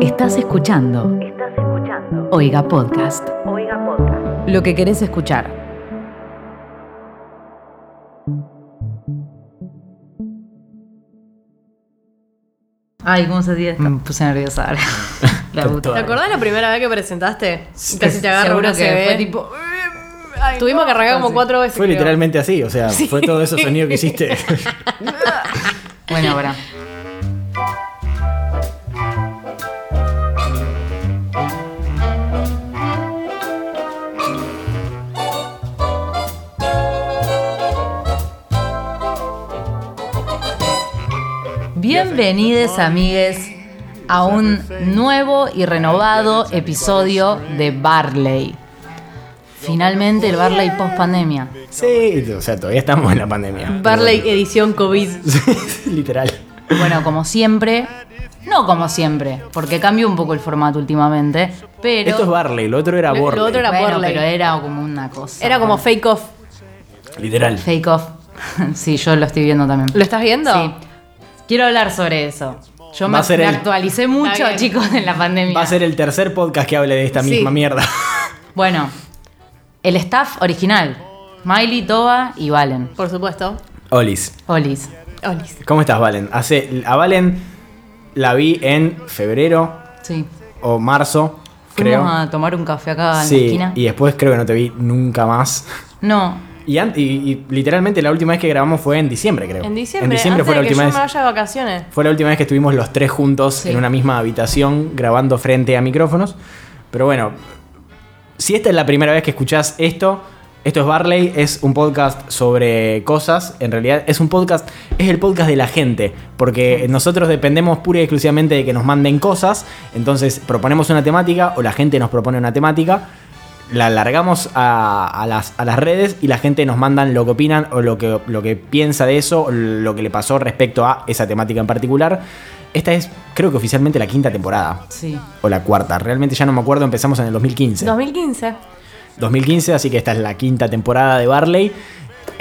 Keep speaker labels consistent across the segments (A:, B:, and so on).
A: Estás escuchando. Estás escuchando. Oiga Podcast. Oiga Podcast. Lo que querés escuchar. Ay, ¿cómo se dice? Me Mm, puse nerviosa ahora. La puta.
B: ¿Te acordás la primera vez que presentaste? Casi te agarro
A: Seguro
B: una
A: que
B: CB.
A: fue tipo.
B: Ay, Tuvimos que arrancar como cuatro veces.
C: Fue
B: creo.
C: literalmente así, o sea, fue todo ese sonido que hiciste.
A: Bueno, ahora. Bienvenidos, amigues, a un nuevo y renovado episodio de Barley. Finalmente el Barley post pandemia.
C: sí, o sea, todavía estamos en la pandemia.
B: Barley edición COVID.
C: Literal.
A: Bueno, como siempre, no como siempre, porque cambió un poco el formato últimamente, pero
C: Esto es Barley, lo otro era
B: Lo- lo
C: Borley.
B: otro era-
A: bueno,
B: Barley.
A: pero era como una cosa.
B: Era como fake off.
C: Literal.
A: fake off. sí, yo lo estoy viendo también.
B: ¿Lo estás viendo?
A: Sí. Quiero hablar sobre eso. Yo
C: Va
A: me,
C: a ser
A: me
C: el-
A: actualicé mucho,
B: Está bien.
A: chicos, en la pandemia.
C: Va a ser el tercer podcast que hable de esta
B: Sí.
C: misma mierda.
A: Bueno, el staff original. Miley, Toba y Valen.
B: Por supuesto.
C: Olis,
A: Olis.
B: Olis.
C: ¿cómo estás, Valen? Hace, a Valen la vi en febrero
A: Sí.
C: o marzo,
A: Fuimos
C: creo.
A: a tomar un café acá en la
C: sí,
A: esquina.
C: y después creo que no te vi nunca más.
A: No,
C: Y, an- y- y literalmente la última vez que grabamos fue en diciembre, creo.
B: En diciembre,
C: En diciembre
B: antes
C: fue la
B: de que yo
C: última vez.
B: me vaya de vacaciones.
C: Fue la última vez que estuvimos los tres juntos
A: Sí.
C: en una misma habitación grabando frente a micrófonos. Pero bueno, si esta es la primera vez que escuchás esto, esto es Barley, es un podcast sobre cosas. En realidad es un podcast, es el podcast de la gente, porque nosotros dependemos pura y exclusivamente de que nos manden cosas. Entonces proponemos una temática o la gente nos propone una temática. La largamos a, a las, a las redes y la gente nos mandan lo que opinan o lo que, lo que piensa de eso, o lo que le pasó respecto a esa temática en particular. Esta es, creo que oficialmente, la quinta temporada.
A: sí.
C: O la cuarta, realmente ya no me acuerdo, empezamos en el 2015.
B: 2015.
C: 2015, así que esta es la quinta temporada de Barley.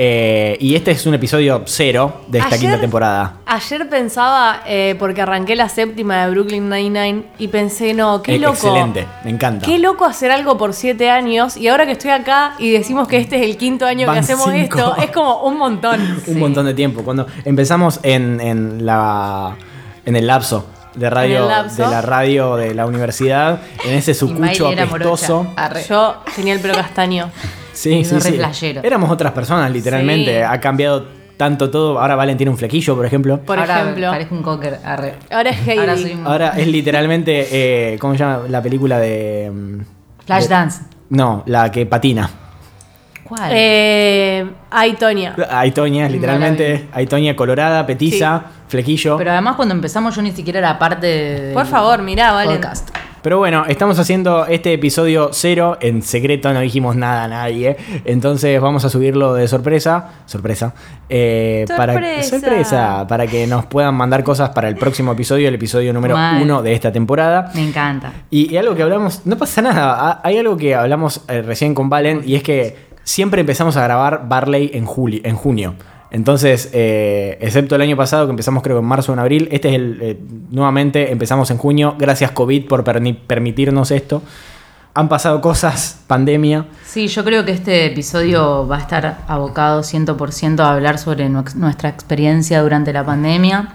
C: Eh, y este es un episodio cero de esta
B: Ayer-
C: quinta temporada.
B: Ayer pensaba, eh, porque arranqué la séptima de Brooklyn Nine-Nine, y pensé, no, qué
C: Eh,
B: loco.
C: Excelente, me encanta.
B: Qué loco hacer algo por siete años y ahora que estoy acá y decimos que este es el quinto año
C: Van
B: que hacemos
C: cinco.
B: esto, es como un montón.
C: un montón de tiempo. Cuando empezamos en, en la en el lapso de radio
B: el lapso.
C: de la radio de la universidad, en ese
A: Y Miley
C: sucucho
A: era morocha.
C: apestoso.
A: Arre.
B: Yo tenía el pelo castaño.
C: Sí,
A: Eso
C: sí,
A: es re
C: sí.
A: flashero.
C: Éramos otras personas, literalmente.
B: Sí.
C: Ha cambiado tanto todo. Ahora Valen tiene un flequillo, por ejemplo.
B: Por
A: Ahora
B: ejemplo.
A: Parezco un cocker. Arre.
B: Ahora es Heidi.
A: Ahora soy un-
C: Ahora es literalmente, eh, ¿cómo se llama la película de... mm, de-
A: Flashdance.
C: No, la que patina.
A: ¿Cuál?
B: Eh, ay, Tonia.
C: Aitoña, literalmente.
A: Maravilla.
C: Aitoña colorada, petiza, flequillo.
A: Pero
C: Pero,
A: además cuando empezamos yo ni siquiera era parte de
B: Por favor, mirá, Valen.
A: podcast.
C: bueno, estamos haciendo este episodio cero. En secreto no dijimos nada a nadie. Entonces vamos a subirlo de sorpresa. Sorpresa. Eh, Para,
B: Sorpresa.
C: sorpresa. Para que nos puedan mandar cosas para el próximo episodio, el episodio número
A: Mal.
C: uno de esta temporada.
A: Me encanta.
C: Y, y algo que hablamos, no pasa nada, ha- hay algo que hablamos eh, recién con Valen y es que siempre empezamos a grabar Barley en, julio, en junio. Entonces, eh, excepto el año pasado que empezamos creo que en marzo o en abril, este es el, eh, nuevamente empezamos en junio, gracias COVID por perni- permitirnos esto. Han pasado cosas, pandemia,
A: Sí, yo creo que este episodio va a estar abocado 100% a hablar sobre nu- nuestra experiencia durante la pandemia.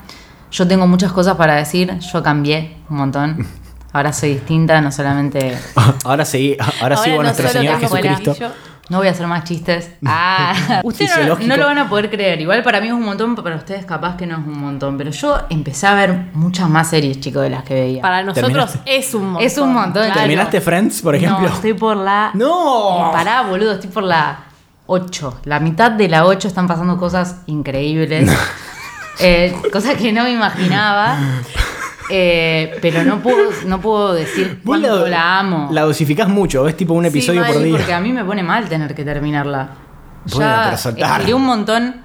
A: Yo tengo muchas cosas para decir, yo cambié un montón. Ahora soy distinta, no solamente...
C: ahora sí, ahora, sigo a nuestro
B: solo
C: Señor
B: tengo
C: Jesucristo.
B: colillo.
A: No voy a hacer más chistes. Ah, ustedes no,
C: Fisiológico.
A: no lo van a poder creer. Igual para mí es un montón, para ustedes capaz que no es un montón. Pero yo empecé a ver muchas más series, chicos, de las que veía.
B: Para nosotros
C: Terminaste.
B: es un montón.
A: Es un montón. Claro.
C: ¿Terminaste Friends, por ejemplo?
A: No, estoy por la.
C: ¡No!
A: Y Pará, boludo, estoy por la 8. La mitad de la 8 están pasando cosas increíbles. Eh, cosas que no me imaginaba. Eh, pero no puedo, no puedo decir
C: Vos
A: cuánto la, amo.
C: La dosificás mucho, es tipo un
A: Sí,
C: episodio
A: mal,
C: por día.
A: Porque a mí me pone mal tener que terminarla.
C: Bueno,
A: ya
C: pero soltala.
A: estiré un montón.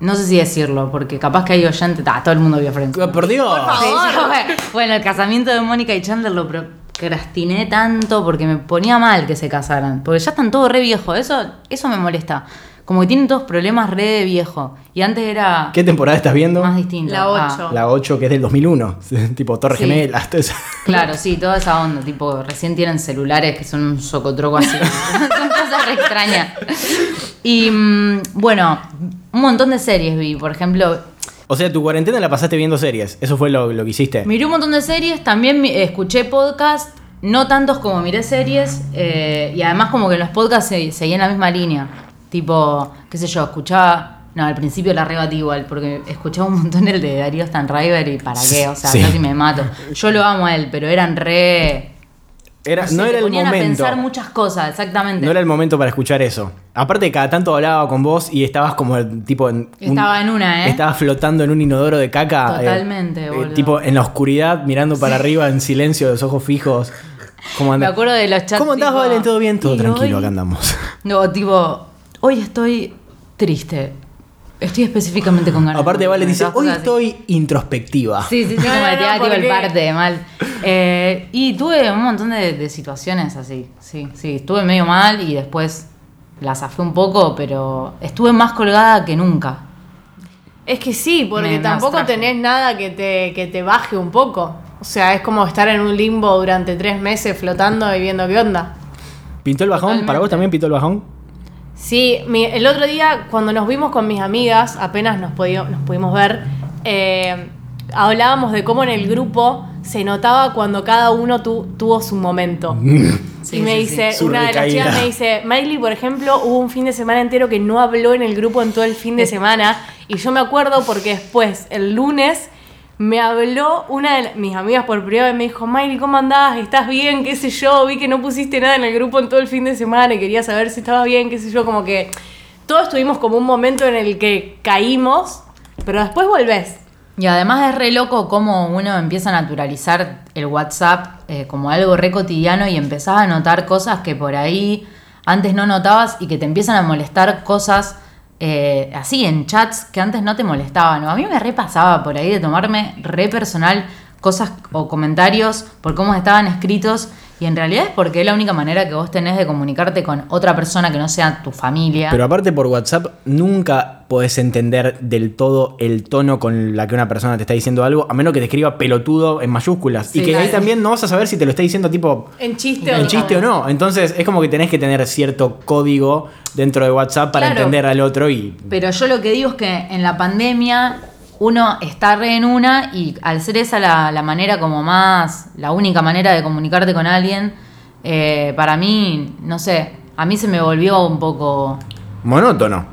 A: No sé si decirlo, porque capaz que hay oyentes. Ah, todo el mundo vio Friends.
C: Por Dios.
A: Sí, yo, bueno, bueno, el casamiento de Mónica y Chandler lo procrastiné tanto porque me ponía mal que se casaran. Porque ya están todos re viejos. Eso, eso me molesta. Como que tienen todos problemas re de viejo. Y antes era
C: ¿Qué temporada estás viendo?
A: más distinto.
B: La
A: Ah,
B: ocho.
C: La 8, que es del 2001. tipo Torre
A: Sí.
C: Gemelas. todo eso.
A: Claro, sí, toda esa onda. Tipo, recién tienen celulares que son un socotroco así. son cosas re extrañas. Y mm, bueno, un montón de series vi. Por ejemplo,
C: O sea, tu cuarentena la pasaste viendo series. Eso fue lo, lo que hiciste.
A: miré un montón de series. También mi- escuché podcast. No tantos como miré series. eh, y además, como que los podcasts se- seguían la misma línea. Tipo, qué sé yo, escuchaba. No, al principio la rebatí igual, porque escuchaba un montón el de Darío Stanriver y para qué, o sea,
C: Sí.
A: casi me mato. Yo lo amo a él, pero eran re.
C: Era,
A: No sé,
C: no
A: te
C: era el
A: ponían
C: momento.
A: a pensar muchas cosas, exactamente.
C: No era el momento para escuchar eso. Aparte, cada tanto hablaba con vos y estabas como el tipo en. un-
A: Estaba en una, ¿eh?
C: Estabas flotando en un inodoro de caca. eh,
A: Totalmente, boludo.
C: tipo en la oscuridad, mirando para arriba, en silencio, los ojos fijos. ¿Cómo
A: Me
C: andás?
A: acuerdo de los chats.
C: ¿Cómo andás,
A: tipo,
C: Valen? ¿Todo bien? Todo
A: "Y
C: tranquilo,
A: hoy-"
C: acá andamos.
A: No, tipo, hoy estoy triste. Estoy específicamente con ganas.
C: Aparte,
A: de
C: Valen
A: morirme",
C: dice:
A: todas
C: Hoy
A: cosas así.
C: estoy introspectiva.
A: Sí, sí, sí, como
B: No, no,
A: que te
B: no,
A: da, tipo,
B: ¿por
A: el
B: qué?
A: parte, mal. Eh, y tuve un montón de, de situaciones así, sí, sí. Estuve medio mal y después la zafé un poco, pero estuve más colgada que nunca.
B: Es que sí, porque
A: Me- me
B: tampoco
A: abstraje.
B: tenés nada que te, que te baje un poco. O sea, es como estar en un limbo durante tres meses flotando y viendo qué onda.
C: ¿Pintó el bajón? ¿Para
A: Totalmente.
C: vos también pintó el bajón?
B: Sí, mi- el otro día cuando nos vimos con mis amigas, apenas nos, podi- nos pudimos ver, eh, hablábamos de cómo en el grupo se notaba cuando cada uno tu- tuvo su momento.
A: Sí,
B: y me
A: sí, sí.
B: dice,
C: Su
B: una de las
C: recaída.
B: chicas me dice, Miley, por ejemplo, hubo un fin de semana entero que no habló en el grupo en todo el fin de semana. Y yo me acuerdo porque después, el lunes, me habló una de la- mis amigas por privado y me dijo, Miley, ¿cómo andás? ¿Estás bien? ¿Qué sé yo? Vi que no pusiste nada en el grupo en todo el fin de semana y quería saber si estabas bien, qué sé yo. Como que todos tuvimos como un momento en el que caímos, pero después volvés.
A: Y además es re loco cómo uno empieza a naturalizar el WhatsApp eh, como algo re cotidiano y empezás a notar cosas que por ahí antes no notabas y que te empiezan a molestar cosas eh, así en chats que antes no te molestaban. O A mí me repasaba por ahí de tomarme re personal cosas o comentarios por cómo estaban escritos y en realidad es porque es la única manera que vos tenés de comunicarte con otra persona que no sea tu familia.
C: Pero aparte por WhatsApp nunca podés entender del todo el tono con la que una persona te está diciendo algo, a menos que te escriba pelotudo en mayúsculas. y
A: Sí,
C: que ahí
A: claro.
C: también no vas a saber si te lo está diciendo tipo
B: En chiste o
C: en
B: no.
C: chiste o no. Entonces es como que tenés que tener cierto código dentro de WhatsApp para
A: Claro.
C: entender al otro y...
A: Pero yo lo que digo es que en la pandemia uno está re en una y al ser esa la, la manera como más, la única manera de comunicarte con alguien, eh, para mí, no sé, a mí se me volvió un poco...
C: Monótono.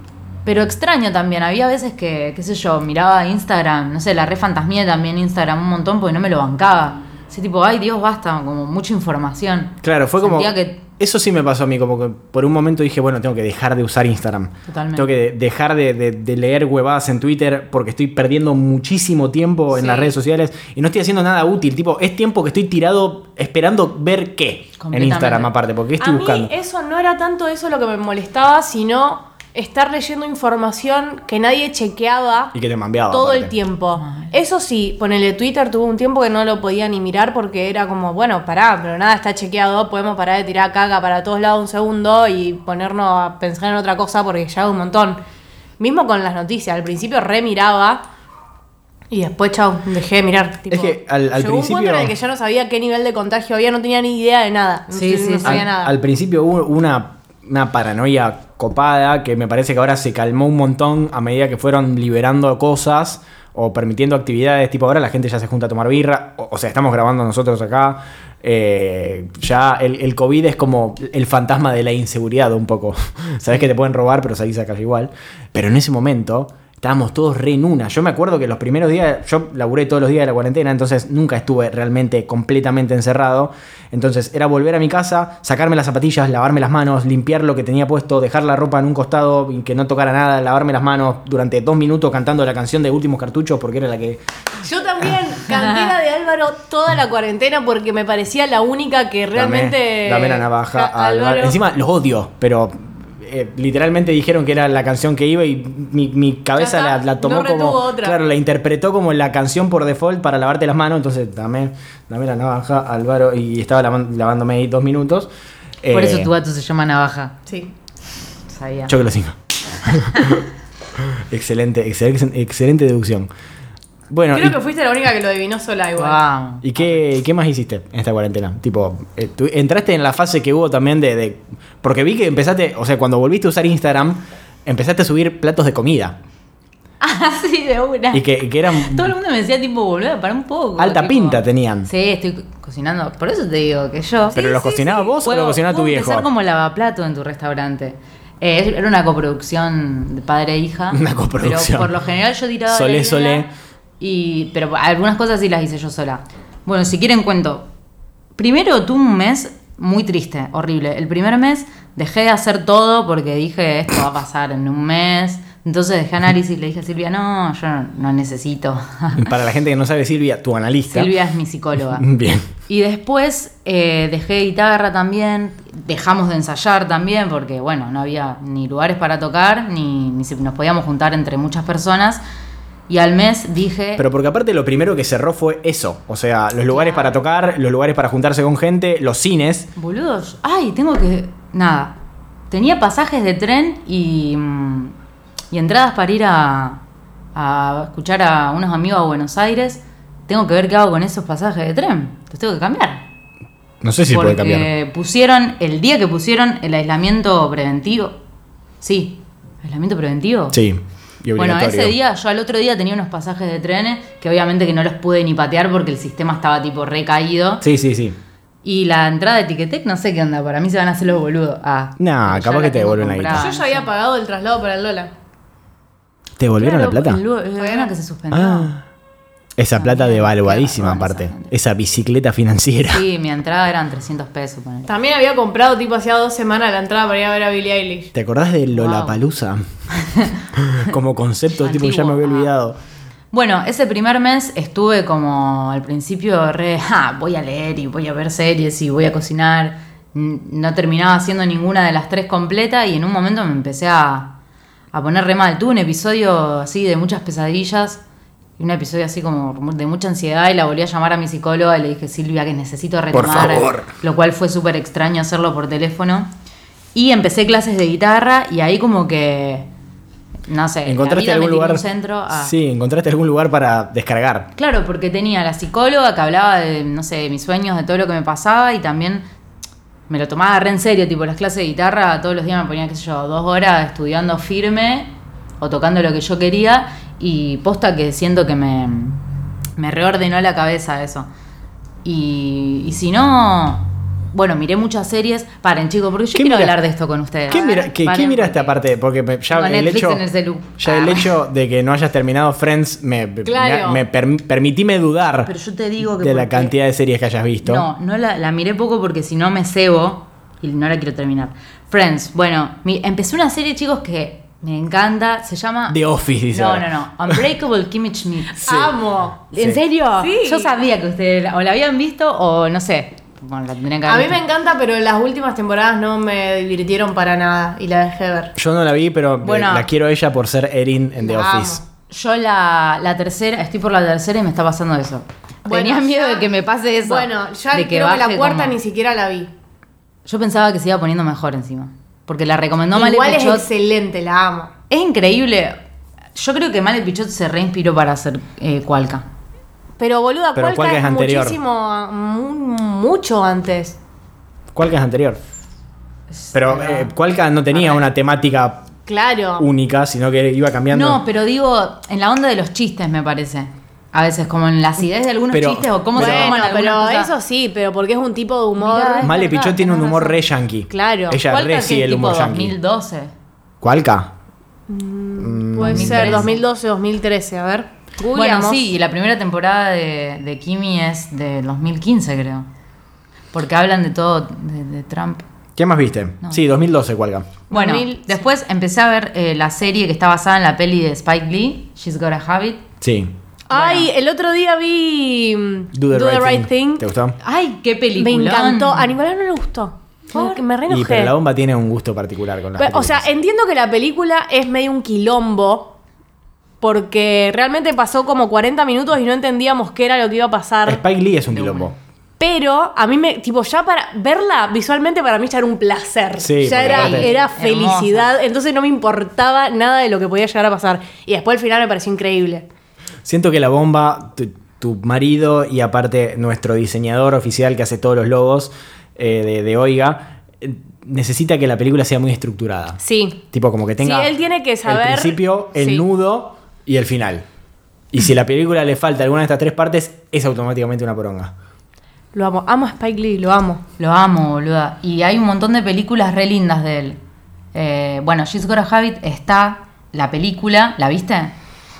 A: Pero extraño también, había veces que, qué sé yo, miraba Instagram, no sé, la re fantasmía también Instagram un montón porque no me lo bancaba. Así tipo, ay Dios, basta, como mucha información.
C: Claro, fue como...
A: Sentía que-
C: Eso sí me pasó a mí, como que por un momento dije, bueno, tengo que dejar de usar Instagram.
A: Totalmente.
C: Tengo que de- dejar de, de- de leer huevadas en Twitter porque estoy perdiendo muchísimo tiempo en
A: Sí.
C: las redes sociales y no estoy haciendo nada útil. Tipo, es tiempo que estoy tirado esperando ver qué en
A: Completamente.
C: Instagram aparte, porque ¿qué estoy
B: a
C: buscando.
B: mí eso no era tanto eso lo que me molestaba, sino estar leyendo información que nadie chequeaba
C: Y que te mambeaba.
B: todo el
C: aparte.
B: tiempo.
A: Ah,
B: Eso sí, ponele Twitter tuvo un tiempo que no lo podía ni mirar porque era como, bueno, pará, pero nada está chequeado, podemos parar de tirar caca para todos lados un segundo y ponernos a pensar en otra cosa porque ya hago un montón. Mismo con las noticias, al principio re miraba y después, chau, dejé de mirar. tipo,
C: Es que al- al
B: llegó un punto en
C: principio-
B: el que ya no sabía qué nivel de contagio había, no tenía ni idea de nada. No
A: Sí,
B: sé-
A: sí,
B: no
A: sí.
B: sabía
C: al,
B: nada.
C: al principio hubo una, una paranoia copada que me parece que ahora se calmó un montón a medida que fueron liberando cosas o permitiendo actividades. Tipo, ahora la gente ya se junta a tomar birra. O, o sea, estamos grabando nosotros acá. Eh, ya el, el COVID es como el fantasma de la inseguridad un poco. Sabés que te pueden robar, pero salís a calle igual. Pero en ese momento... Estábamos todos re en una. Yo me acuerdo que los primeros días, yo laburé todos los días de la cuarentena, entonces nunca estuve realmente completamente encerrado. Entonces era volver a mi casa, sacarme las zapatillas, lavarme las manos, limpiar lo que tenía puesto, dejar la ropa en un costado y que no tocara nada, lavarme las manos durante dos minutos cantando la canción de Últimos Cartuchos porque era la que...
B: Yo también canté la de Álvaro toda la cuarentena porque me parecía la única que realmente.
C: Dame, dame la navaja.
B: Ja-
C: al-
B: Álvaro-
C: Encima los odio, pero... eh, literalmente dijeron que era la canción que iba y mi, mi cabeza
B: Ya
C: la,
B: está,
C: la tomó
B: no
C: como
B: retuvo otra.
C: claro la interpretó como la canción por default para lavarte las manos entonces dame dame la navaja Álvaro y estaba lavan- lavándome ahí dos minutos
A: Por eso
C: Eh,
A: tu gato se llama Navaja,
B: Sí.
A: sabía.
C: Yo que lo sigo. excelente, excelente, excelente deducción. Bueno,
B: Creo
C: y,
B: que fuiste la única que lo adivinó sola igual.
A: Wow.
C: ¿y qué, qué más hiciste en esta cuarentena? Tipo, eh, tú entraste en la fase que hubo también de, de- Porque vi que empezaste, o sea, cuando volviste a usar Instagram, empezaste a subir platos de comida.
A: Así Ah, de una.
C: Y que, que eran...
A: Todo el mundo me decía, tipo, boludo, para un poco.
C: Alta
A: tipo,
C: pinta tenían.
A: Sí, estoy cocinando. Por eso te digo que yo.
C: ¿Pero los cocinabas vos o
A: Puedo-
C: lo cocinaba tu
A: puedo
C: viejo?
A: empezar como lavaplato en tu restaurante. Eh, es- era una coproducción de padre e hija.
C: Una coproducción.
A: Pero por lo general yo tiraba. la
C: Solé,
A: idea
C: solé.
A: Y, pero algunas cosas sí las hice yo sola. Bueno, si quieren cuento. Primero tuve un mes muy triste, horrible. El primer mes dejé de hacer todo porque dije esto va a pasar en un mes. Entonces dejé análisis, le dije a Silvia, no, yo no- no necesito.
C: Para la gente que no sabe, Silvia, tu analista.
A: Silvia es mi psicóloga.
C: Bien.
A: Y después eh, dejé guitarra también, dejamos de ensayar también, porque bueno, no había ni lugares para tocar, ni, ni si nos podíamos juntar entre muchas personas. Y al mes dije,
C: Pero porque aparte lo primero que cerró fue eso. O sea, los lugares para tocar, los lugares para juntarse con gente, los cines.
A: boludos, ay, tengo que... Nada, tenía pasajes de tren y, mm, y entradas para ir a, a escuchar a unos amigos a Buenos Aires. Tengo que ver qué hago con esos pasajes de tren. Los tengo que cambiar.
C: No sé si
A: porque
C: puede cambiar.
A: pusieron, el día que pusieron el aislamiento preventivo. Sí, aislamiento preventivo.
C: Sí. Y
A: Bueno,
C: obligatorio.
A: ese día, yo al otro día tenía unos pasajes de trenes que obviamente que no los pude ni patear porque el sistema estaba tipo recaído.
C: Sí, sí, sí.
A: Y la entrada de Ticketek, no sé qué onda, para mí se van a hacer los boludos. Ah,
C: Nah,
A: ya
C: capaz
A: la
C: que te
A: tengo
C: devuelven la
A: comprada.
B: Yo ya había pagado el traslado para el Lola.
C: ¿Te volvieron
A: Claro,
C: la plata?
A: el lu- el programa que se suspendió.
C: Ah. Esa plata devaluadísima
A: Qué bajón
C: aparte.
A: esa gente.
C: Esa bicicleta financiera.
A: Sí, mi entrada eran 300 pesos. ponele.
B: También había comprado tipo hacía dos semanas la entrada para ir a ver a Billie Eilish.
C: ¿Te acordás de Lollapalooza? Como concepto, tipo, ya me
A: Antiguo,
C: había
A: ah.
C: olvidado.
A: Bueno, ese primer mes estuve como al principio re, "Ja, voy a leer y voy a ver series y voy a cocinar. N- No terminaba haciendo ninguna de las tres completa y en un momento me empecé a, a poner re mal. Tuve un episodio así de muchas pesadillas y un episodio así como de mucha ansiedad y la volví a llamar a mi psicóloga y le dije, Silvia, que necesito
C: Por
A: retomar.
C: favor.
A: Lo cual fue súper extraño hacerlo por teléfono. Y empecé clases de guitarra y ahí como que... No sé, Eh, la
C: ¿Encontraste
A: vida me
C: algún
A: tiró
C: lugar?
A: un centro a-
C: Sí, encontraste algún lugar para descargar.
A: Claro, porque tenía la psicóloga que hablaba de, no sé, de mis sueños, de todo lo que me pasaba y también me lo tomaba re en serio, tipo las clases de guitarra, todos los días me ponía, qué sé yo, dos horas estudiando firme o tocando lo que yo quería y posta que siento que me, me reordenó la cabeza eso. Y, y si no, bueno, miré muchas series, paren chicos, porque yo
C: ¿Qué
A: quiero
C: mira-
A: hablar de esto con ustedes.
C: ¿Qué, mira, qué,
A: Paren,
C: qué miraste
A: porque-
C: aparte? Porque me- ya,
A: Tengo
C: el
A: Netflix
C: hecho,
A: en el celu.
C: ya el
A: Ah.
C: hecho de que no hayas terminado Friends me, me-
B: Claro.
C: me perm- permitíme dudar
A: Pero yo te digo que
C: de la
A: porque-
C: cantidad de series que hayas visto.
A: No, no la, la miré poco porque si no me cebo y no la quiero terminar. Friends, bueno, mi- empecé una serie, chicos, que me encanta. Se llama.
C: The Office, dice.
A: no,
C: ahora.
A: no, no. Unbreakable Kimmy Schmidt.
B: Amo.
A: ¿En
C: Sí.
A: serio?
B: Sí.
A: Yo sabía que ustedes o la habían visto o no sé. Bueno, la tendrían que
B: A
A: haber
B: mí me
A: visto.
B: encanta, pero las últimas temporadas no me divirtieron para nada y la dejé ver.
C: Yo no la vi, pero eh,
A: Bueno.
C: la quiero a ella por ser Erin en The
B: La
C: Office.
B: amo.
A: Yo la, la tercera, estoy por la tercera y me está pasando eso.
B: Bueno,
A: Tenía miedo
B: ya-
A: de que me pase eso.
B: Bueno, ya
A: de
B: creo que la
A: baje
B: cuarta
A: como-
B: ni siquiera la vi.
A: Yo pensaba que se iba poniendo mejor encima. Porque la recomendó Male
B: Igual es
A: Pechot.
B: excelente, la amo.
A: Es increíble. Yo creo que Malet Pichot se reinspiró para hacer eh, Cualca.
B: Pero boluda,
C: Pero
B: Cualca,
C: Cualca es
B: es
C: anterior.
B: muchísimo, mu- mucho antes.
C: ¿Cuál que es anterior? Pero eh, Cualca no tenía una temática
B: Claro.
C: única, sino que iba cambiando.
A: No, pero digo, en la onda de los chistes, me parece. A veces, como en la acidez de algunos
C: Pero-
A: chistes o cómo
B: bueno,
A: se toman
B: pero
A: algunas cosas.
B: eso sí, pero porque es un tipo de humor.
A: Mirá, es
C: Male
A: verdad,
C: Pichot tiene un
A: tenés
C: humor
A: razón.
C: re yankee.
B: Claro.
C: Ella
A: Cualca
C: re
A: es que
C: sigue el
A: tipo
C: humor yankee.
A: 2012.
C: ¿Cualca? Mm,
B: Puede ser
A: 2013.
B: 2012, 2013, a ver.
A: Bueno,
B: Googleamos.
A: sí, y la primera temporada de, de Kimi es de 2015, creo. Porque hablan de todo, de, de Trump.
C: ¿Qué más viste? Sí, 2012, Cualca.
A: Bueno,
B: 2000,
A: después empecé a ver eh, la serie que está basada en la peli de Spike Lee, She's Got a Habit.
C: Sí.
B: Ay, el otro día vi mm,
C: Do the Right Thing. ¿Te gustó?
A: ¡Ay, qué película!
B: Me encantó. A Nicolás no le gustó.
A: ¿Por?
B: Me re
C: Y, pero
B: enojé.
C: la bomba tiene un gusto particular con las
B: Pero, O sea,
C: películas.
B: entiendo que la película es medio un quilombo. Porque realmente pasó como 40 minutos y no entendíamos qué era lo que iba a pasar.
C: Spike Lee es un
A: De
C: quilombo.
A: una.
B: Pero a mí me, tipo, ya para verla visualmente para mí ya era un placer.
C: Sí,
B: ya
C: porque
B: era,
C: aparte-
B: era
A: Hermosa.
B: felicidad. Entonces no me importaba nada de lo que podía llegar a pasar. Y después al final me pareció increíble.
C: Siento que la bomba, tu, tu marido y aparte nuestro diseñador oficial que hace todos los logos eh, de, de Oiga, eh, necesita que la película sea muy estructurada.
B: Sí.
C: Tipo, como que tenga.
B: Sí, él tiene que saber-
C: El principio, el
B: Sí.
C: nudo y el final. Y si la película le falta alguna de estas tres partes, es automáticamente una poronga.
B: Lo amo. Amo a Spike Lee, lo amo.
A: Lo amo, boluda. Y hay un montón de películas re lindas de él. Eh, bueno, She's Got a Habit está la película, ¿la viste?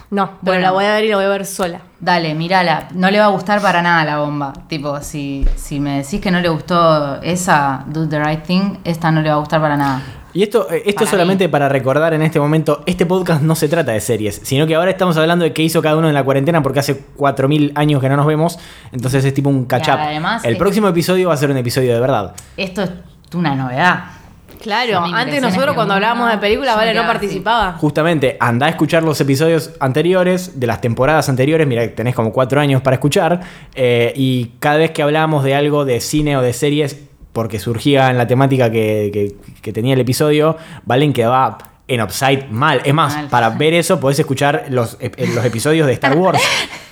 B: No, pero
A: Bueno.
B: la voy a ver y la voy a ver sola.
A: Dale, mirala. No le va a gustar para nada la bomba. Tipo, si, si me decís que no le gustó esa, Do the Right Thing, esta no le va a gustar para nada.
C: Y esto, eh, esto
A: Para
C: solamente para recordar en este momento, este podcast no se trata de series, sino que ahora estamos hablando de qué hizo cada uno en la cuarentena porque hace 4.000 años que no nos vemos, entonces es tipo un catch up.
A: además
C: El
A: es-
C: próximo episodio va a ser un episodio de verdad.
A: Esto es una novedad.
B: Claro,
A: Son
B: antes
A: impresiones
B: nosotros
A: que uno-
B: cuando hablábamos de películas,
A: yo
B: Vale
A: me
B: no
A: quedaba así.
B: participaba.
C: Justamente, anda a escuchar los episodios anteriores, de las temporadas anteriores, mira que tenés como 4 años para escuchar, eh, y cada vez que hablamos de algo de cine o de series, porque surgía en la temática que, que- que tenía el episodio, Valen quedaba en upside mal. Es más,
A: Mal.
C: para ver eso podés escuchar los, ep- los episodios de Star Wars.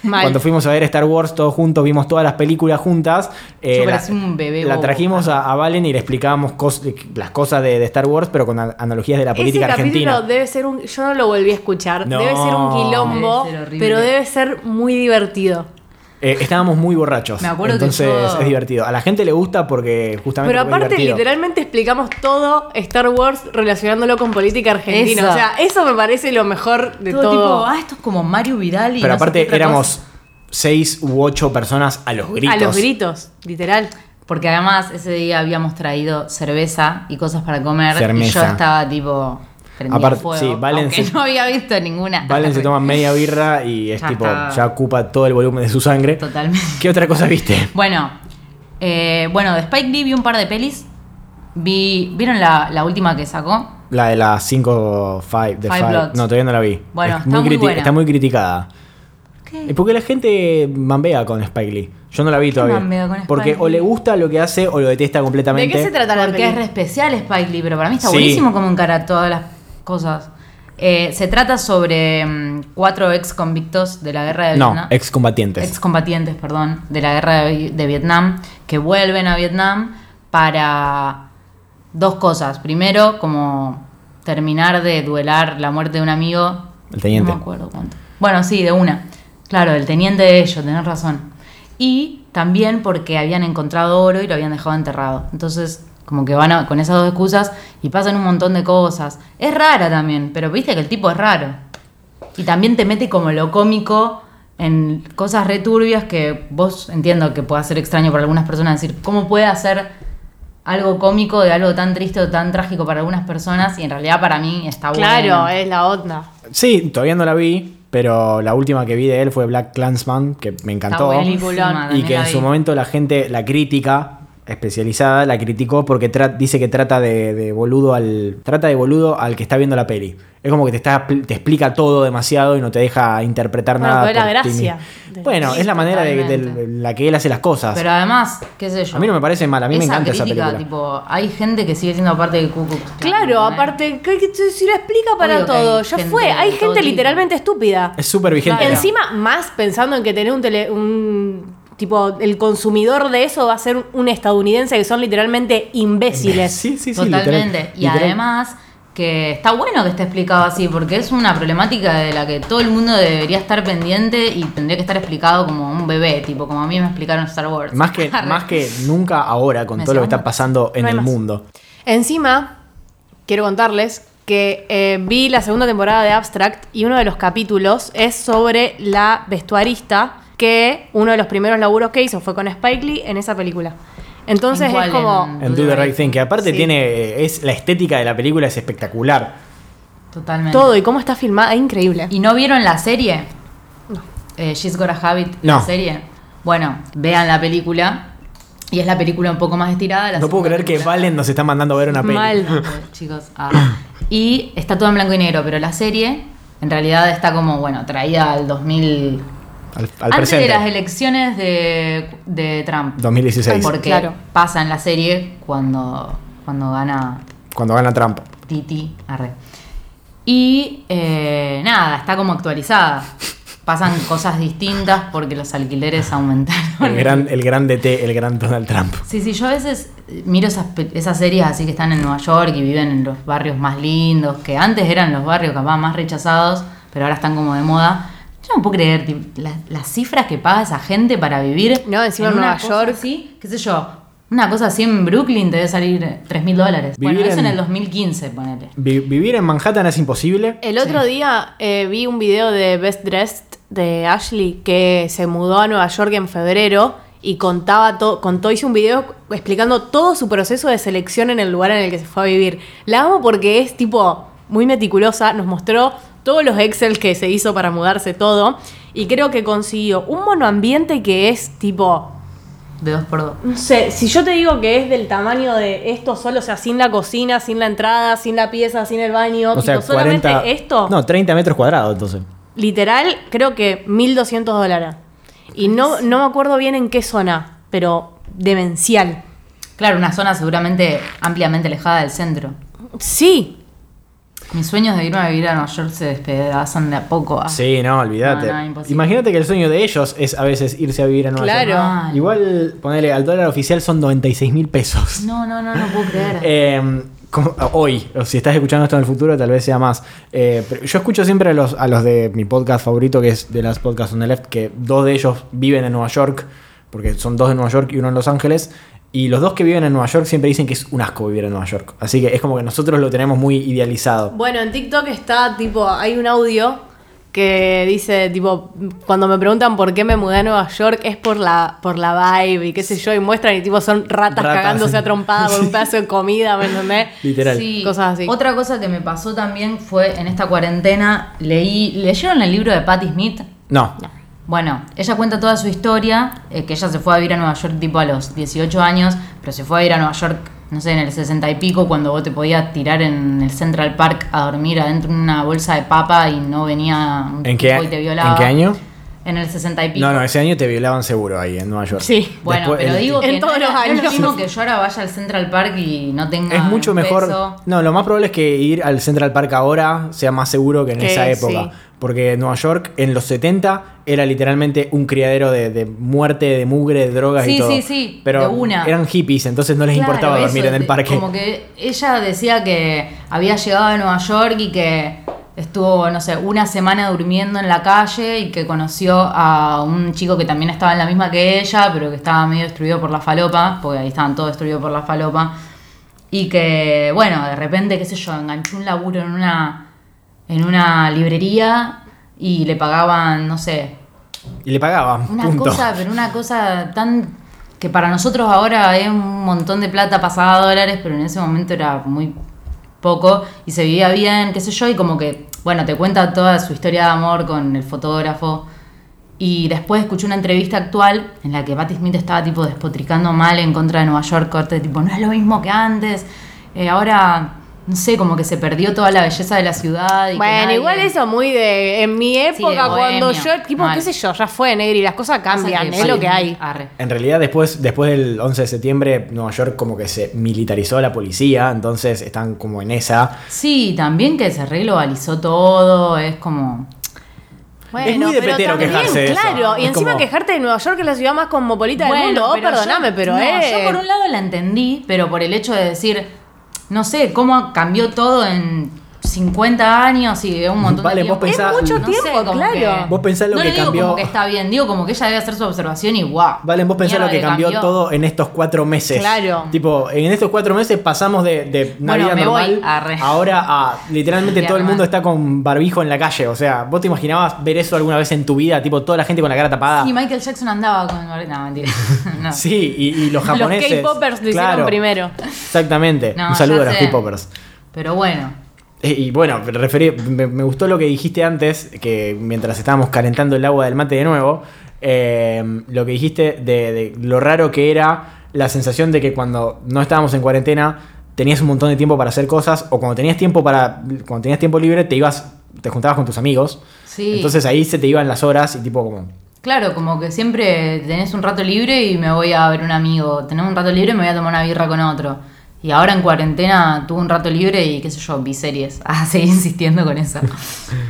B: Mal.
C: Cuando fuimos a ver Star Wars todos juntos, vimos todas las películas juntas. eh,
A: Yo
C: la,
A: parecía un bebé
C: la
A: bobo.
C: trajimos a, a Valen y le explicábamos cos- eh, las cosas de, de Star Wars, pero con a- analogías de la
B: Ese
C: política argentina.
B: capítulo debe ser un. Yo no lo volví a escuchar.
C: No.
B: Debe ser un quilombo,
A: Debe ser horrible.
B: pero debe ser muy divertido.
C: Eh, estábamos muy borrachos.
A: Me acuerdo que
C: entonces
A: yo-
C: es divertido. A la gente le gusta porque justamente.
B: Pero
C: porque es
B: aparte,
C: divertido.
B: literalmente explicamos todo Star Wars relacionándolo con política argentina.
A: Eso.
B: O sea, eso me parece lo mejor de todo.
A: todo, tipo, ah, esto es como Mario Vidal y
C: Pero
A: no sé qué
C: aparte
A: otra
C: éramos
A: cosa.
C: seis u ocho personas a los gritos.
B: A los gritos, literal.
A: Porque además ese día habíamos traído cerveza y cosas para comer y yo
C: Cerveza.
A: estaba tipo prendida
C: Aparte,
A: fuego,
C: sí, Valen
A: aunque
C: se-
A: no había visto ninguna.
C: Valen se toma media birra y es
A: Ya
C: tipo,
A: está.
C: ya ocupa todo el volumen de su sangre.
A: Totalmente.
C: ¿Qué otra cosa viste?
A: Bueno, eh, bueno, de Spike Lee vi un par de pelis. Vi, ¿Vieron la, la última que sacó?
C: La de las 5 Five, de
A: Five
C: Five.
A: Bloods.
C: No, todavía no la vi.
A: Bueno,
C: Es
A: está muy buena.
C: Está muy criticada.
A: ¿Qué?
C: Es porque la gente mambea con Spike Lee. Yo no la vi todavía.
A: mambea con Spike
C: porque o
A: Lee?
C: le gusta lo que hace o lo detesta completamente.
B: ¿De qué se trata la
A: Porque es re
B: película?
A: especial Spike Lee, pero para mí está
C: Sí.
A: buenísimo como encara todas las cosas. Eh, se trata sobre mm, cuatro ex convictos de la guerra de
C: No,
A: Vietnam.
C: excombatientes.
A: excombatientes, perdón, de la guerra de, Vi- de Vietnam, que vuelven a Vietnam para dos cosas. Primero, como terminar de duelar la muerte de un amigo.
C: El teniente.
A: No me acuerdo cuánto. Bueno, sí, de una. Claro, el teniente de ellos, tenés razón. Y también porque habían encontrado oro y lo habían dejado enterrado. Entonces, como que van a- con esas dos excusas y pasan un montón de cosas. Es rara también, pero viste que el tipo es raro. Y también te mete como lo cómico en cosas returbias que vos entiendo que pueda ser extraño para algunas personas. decir, ¿cómo puede hacer algo cómico de algo tan triste o tan trágico para algunas personas? Y en realidad para mí
C: Ah,
A: está
B: Claro,
A: bueno.
B: es la onda.
C: Sí, todavía no la vi, pero la última que vi de él fue Black Clansman, que me
A: Está
C: encantó.
A: buenísima,
B: Peliculón.
A: también
C: Y que
A: la
C: en
A: vi.
C: su momento la gente, la crítica especializada, la criticó porque tra- dice que trata de, de boludo al. Trata de boludo al que está viendo la peli. Es como que te está te explica todo demasiado y no te deja interpretar
B: Bueno,
C: nada.
B: pero es la
C: por ti
B: gracia
C: mismo.
B: de-
C: Bueno,
A: Sí,
C: es la manera de, de-
A: totalmente.
C: la que él hace las cosas.
A: Pero además, qué sé yo.
C: a mí no me parece mal, a mí me encanta
A: crítica,
C: esa película.
A: tipo, hay gente que sigue siendo parte de Ku Klux Klan,
B: Claro,
A: ¿entendés?
B: aparte, que- que- si lo explica para
A: Obvio que hay
B: todo, ya
A: gente
B: fue.
A: de
B: Hay
A: todo
B: gente
A: tipo.
B: literalmente estúpida.
C: Es súper vigente.
A: Claro.
B: Encima, más pensando en que tener un tele. un tipo, el consumidor de eso va a ser un estadounidense que son literalmente imbéciles.
C: Sí, sí, sí.
A: Totalmente.
C: literal-
A: y
C: literal.
A: además que está bueno que esté explicado así, porque es una problemática de la que todo el mundo debería estar pendiente y tendría que estar explicado como un bebé, tipo como a mí me explicaron Star Wars.
C: Más que, más que nunca ahora, con
A: Me
C: todo lo que
A: llamo.
C: está pasando en
B: No hay
C: el
B: más.
C: mundo.
B: Encima, quiero contarles que eh, vi la segunda temporada de Abstract y uno de los capítulos es sobre la vestuarista que uno de los primeros laburos que hizo fue con Spike Lee en esa película. Entonces
A: ¿En
B: es
A: cuál?
B: como...
C: En Do the Right Thing, que aparte
B: Sí.
C: tiene. es La estética de la película es espectacular.
A: Totalmente.
B: Todo y cómo está filmada, es increíble.
A: ¿Y no vieron la serie? Eh, She's Got a Habit,
C: No.
A: la serie. Bueno, vean la película. Y es la película un poco más estirada. la
C: No puedo
A: segunda
C: creer que
A: película.
C: Valen nos está mandando a ver una peli.
B: Mal.
A: Pues, chicos. ah. Y está todo en blanco y negro, pero la serie en realidad está como, bueno, traída al 2000,
C: al, al
A: Antes
C: presente.
A: de las elecciones de, de Trump.
C: 2016,
A: Porque
B: Claro.
A: pasa en la serie cuando, cuando gana
C: cuando gana Trump.
A: Titi Arre. Y eh, nada, está como actualizada. Pasan cosas distintas porque los alquileres aumentaron.
C: El gran, el gran DT, el gran Donald Trump.
A: Sí, sí, yo a veces miro esas, pe- esas series así que están en Nueva York y viven en los barrios más lindos, que antes eran los barrios capaz más rechazados, pero ahora están como de moda. Yo no puedo creer tipo, las, las cifras que paga esa gente para vivir.
B: No, encima en
A: una
B: Nueva
A: cosa
B: York.
A: así, qué sé yo, una cosa así en Brooklyn te debe salir 3 mil dólares. Bueno,
C: Vivir
A: eso en
C: en-
A: el 2015, ponele.
C: Vi- vivir en Manhattan es imposible.
B: El otro día eh, vi un video de Best Dressed de Ashley que se mudó a Nueva York en febrero y contaba todo, contó, hizo un video explicando todo su proceso de selección en el lugar en el que se fue a vivir. La amo porque es tipo muy meticulosa, nos mostró todos los Excel que se hizo para mudarse todo y creo que consiguió un monoambiente que es tipo
A: De 2 por 2
B: no sé, si yo te digo que es del tamaño de esto solo, o sea, sin la cocina, sin la entrada, sin la pieza, sin el baño,
C: O sea,
B: tipo, solamente
C: 40.
B: esto,
C: No, 30 metros cuadrados, entonces.
B: literal, creo que 1.200 dólares. Y no, no me acuerdo bien en qué zona, pero demencial.
A: Claro, una zona seguramente ampliamente alejada del centro.
B: Sí,
A: Mis sueños de irme a vivir a Nueva York se despedazan de a poco. Ah, a-
C: Sí, no, olvídate.
A: No, no, imposible.
C: Imagínate que el sueño de ellos es a veces irse a vivir a Nueva
B: Claro.
C: York.
A: Mal.
C: Igual, ponele, al dólar oficial son 96 mil pesos.
A: No, no, no, no puedo creer.
C: Eh, como- hoy, o si estás escuchando esto en el futuro, tal vez sea más. Eh, pero yo escucho siempre a los, a los de mi podcast favorito, que es de las Podcasts on the Left, que dos de ellos viven en Nueva York, porque son dos de Nueva York y uno en Los Ángeles. Y los dos que viven en Nueva York siempre dicen que es un asco vivir en Nueva York. Así que es como que nosotros lo tenemos muy idealizado.
B: Bueno, en TikTok está tipo, hay un audio que dice tipo, cuando me preguntan por qué me mudé a Nueva York es por la por la vibe y qué sé yo y muestran y tipo son ratas,
C: Ratas.
B: cagándose a trompada por un pedazo de comida, ¿me entendés?
C: Literal.
A: Sí.
B: Cosas así.
A: Otra cosa que me pasó también fue en esta cuarentena, leí, ¿leyeron el libro de Patti Smith?
C: No.
A: Bueno, ella cuenta toda su historia, eh, que ella se fue a vivir a Nueva York tipo a los 18 años, pero se fue a ir a Nueva York, no sé, en el 60 y pico, cuando vos te podías tirar en el Central Park a dormir adentro de una bolsa de papa y no venía un
C: ¿En, qué,
A: tipo y te violaba.
C: ¿En qué año?
A: En el 60 y pico.
C: No, no, ese año te violaban seguro ahí en Nueva York.
B: Sí.
A: Bueno,
C: Después-
A: pero
C: el-
A: digo que
B: En todos
A: no,
B: los
A: era- no es lo
B: años.
A: mismo que yo ahora vaya al Central Park y no tenga
C: Es mucho
A: Ah, un
C: mejor.
A: peso.
C: No, lo más probable es que ir al Central Park ahora sea más seguro que en
B: Que
C: esa
B: sí.
C: época. Porque Nueva York en los 70 era literalmente un criadero de, de muerte, de mugre, de drogas y
A: Sí,
C: todo.
A: sí, sí,
C: Pero
A: de una.
C: eran hippies, entonces no les
A: Claro,
C: importaba
A: eso,
C: dormir en el
A: de-
C: parque.
A: Como que ella decía que había llegado a Nueva York y que estuvo, no sé, una semana durmiendo en la calle y que conoció a un chico que también estaba en la misma que ella, pero que estaba medio destruido por la falopa, porque ahí estaban todos destruidos por la falopa. Y que, bueno, de repente, qué sé yo, enganchó un laburo en una, en una librería y le pagaban, no sé,
C: Y le pagaban.
A: una
C: punto.
A: cosa, pero una cosa tan que para nosotros ahora es un montón de plata pasada a dólares, pero en ese momento era muy poco y se vivía bien, qué sé yo, y como que, bueno, te cuenta toda su historia de amor con el fotógrafo. Y después escuché una entrevista actual en la que Patti Smith estaba tipo despotricando mal en contra de Nueva York, corte tipo, no es lo mismo que antes, eh, ahora, no sé, como que se perdió toda la belleza de la ciudad. y que
B: Bueno,
A: nadie-
B: igual eso muy de. En mi
A: de
B: época, cuando
A: bohemio.
B: yo. Tipo,
A: Mal.
B: qué sé yo, ya fue, Negri, las cosas
A: Pasa que
B: cambian, es
A: Patti
B: lo que hay.
A: Smith, arre.
C: En realidad, después, después del 11 de septiembre, Nueva York como que se militarizó a la policía, entonces están como en esa.
A: Sí, también que se reglobalizó todo, es como...
C: Es muy de petero quejarse de eso.
B: claro. Y
C: Es
B: encima
C: como-
B: quejarte de Nueva York, que es la ciudad más cosmopolita del mundo. Oh,
A: pero
B: perdóname,
A: yo-
B: pero
A: no,
B: eh.
A: Yo por un lado la entendí, pero por el hecho de decir, no sé, cómo cambió todo en 50 años y un montón
C: Vale,
A: de
C: vos
A: tiempo.
C: pensá- Es mucho
A: No sé,
B: tiempo,
A: como
B: claro.
C: Vos pensá lo
A: no
C: que
A: le digo
C: cambió-
A: Como que está bien, digo como que ella debe hacer su observación y guau.
C: Valen, vos pensás
A: mierda
C: lo que cambió, todo en estos cuatro meses.
B: Claro.
C: Tipo, en estos cuatro meses pasamos de, de una
A: Bueno,
C: vida
A: me voy,
C: normal
A: arre.
C: ahora a literalmente
A: Vida
C: todo el
A: normal.
C: mundo está con barbijo en la calle. O sea, ¿vos te imaginabas ver eso alguna vez en tu vida? Tipo, toda la gente con la cara tapada.
A: Y Michael Jackson andaba con... No, mentira. No.
C: Ah. Sí, y, y los japoneses.
B: K-popers lo hicieron primero.
C: Exactamente.
A: No,
C: Un saludo
A: ya
C: a los
A: sé.
C: K-popers.
A: Pero bueno,
C: Eh, Y bueno, referí- me, me gustó lo que dijiste antes, que mientras estábamos calentando el agua del mate de nuevo, eh, lo que dijiste de, de lo raro que era la sensación de que cuando no estábamos en cuarentena tenías un montón de tiempo para hacer cosas o cuando tenías tiempo para cuando tenías tiempo libre te ibas te juntabas con tus amigos
A: sí.
C: entonces ahí se te iban las horas y tipo como
A: Claro, como que siempre tenés un rato libre y me voy a ver un amigo. Tenés un rato libre y me voy a tomar una birra con otro. Y ahora en cuarentena tuve un rato libre y qué sé yo, vi series. Ah, seguí insistiendo con eso.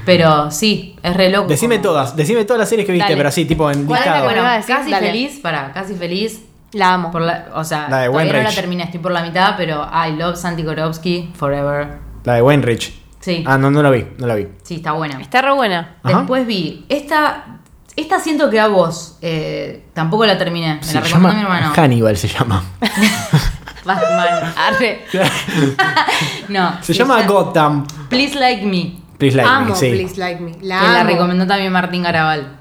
A: Pero sí, es re loco.
C: Decime
A: como-
C: todas, decime todas las series que viste,
A: Dale.
C: pero así, tipo en
A: ¿Cuál es la
C: dictado.
A: que- bueno,
B: Bueno, decís,
A: casi
B: dale.
A: feliz, para, casi feliz.
B: La amo.
A: Por la- o sea,
C: La de
A: todavía no la
C: Wenrich.
A: terminé, estoy por la mitad, pero I love Santi Korovsky forever.
C: La de Wenrich.
A: Sí,
C: Ah, no, no la vi, no la vi.
A: sí, está buena.
B: Está re buena.
C: Ajá.
A: Después vi esta. Esta siento que a vos eh, tampoco la terminé. Me
C: Se
A: la recomendó mi
C: llama
A: hermano.
C: Hannibal, se llama.
A: Batman. Arre. no.
C: Se llama
A: God.
C: Gotham.
A: Please Like Me.
C: Please Like Me,
B: amo,
C: sí.
B: Please Like Me. La
A: que
B: amo.
A: la recomendó también Martín Garabal.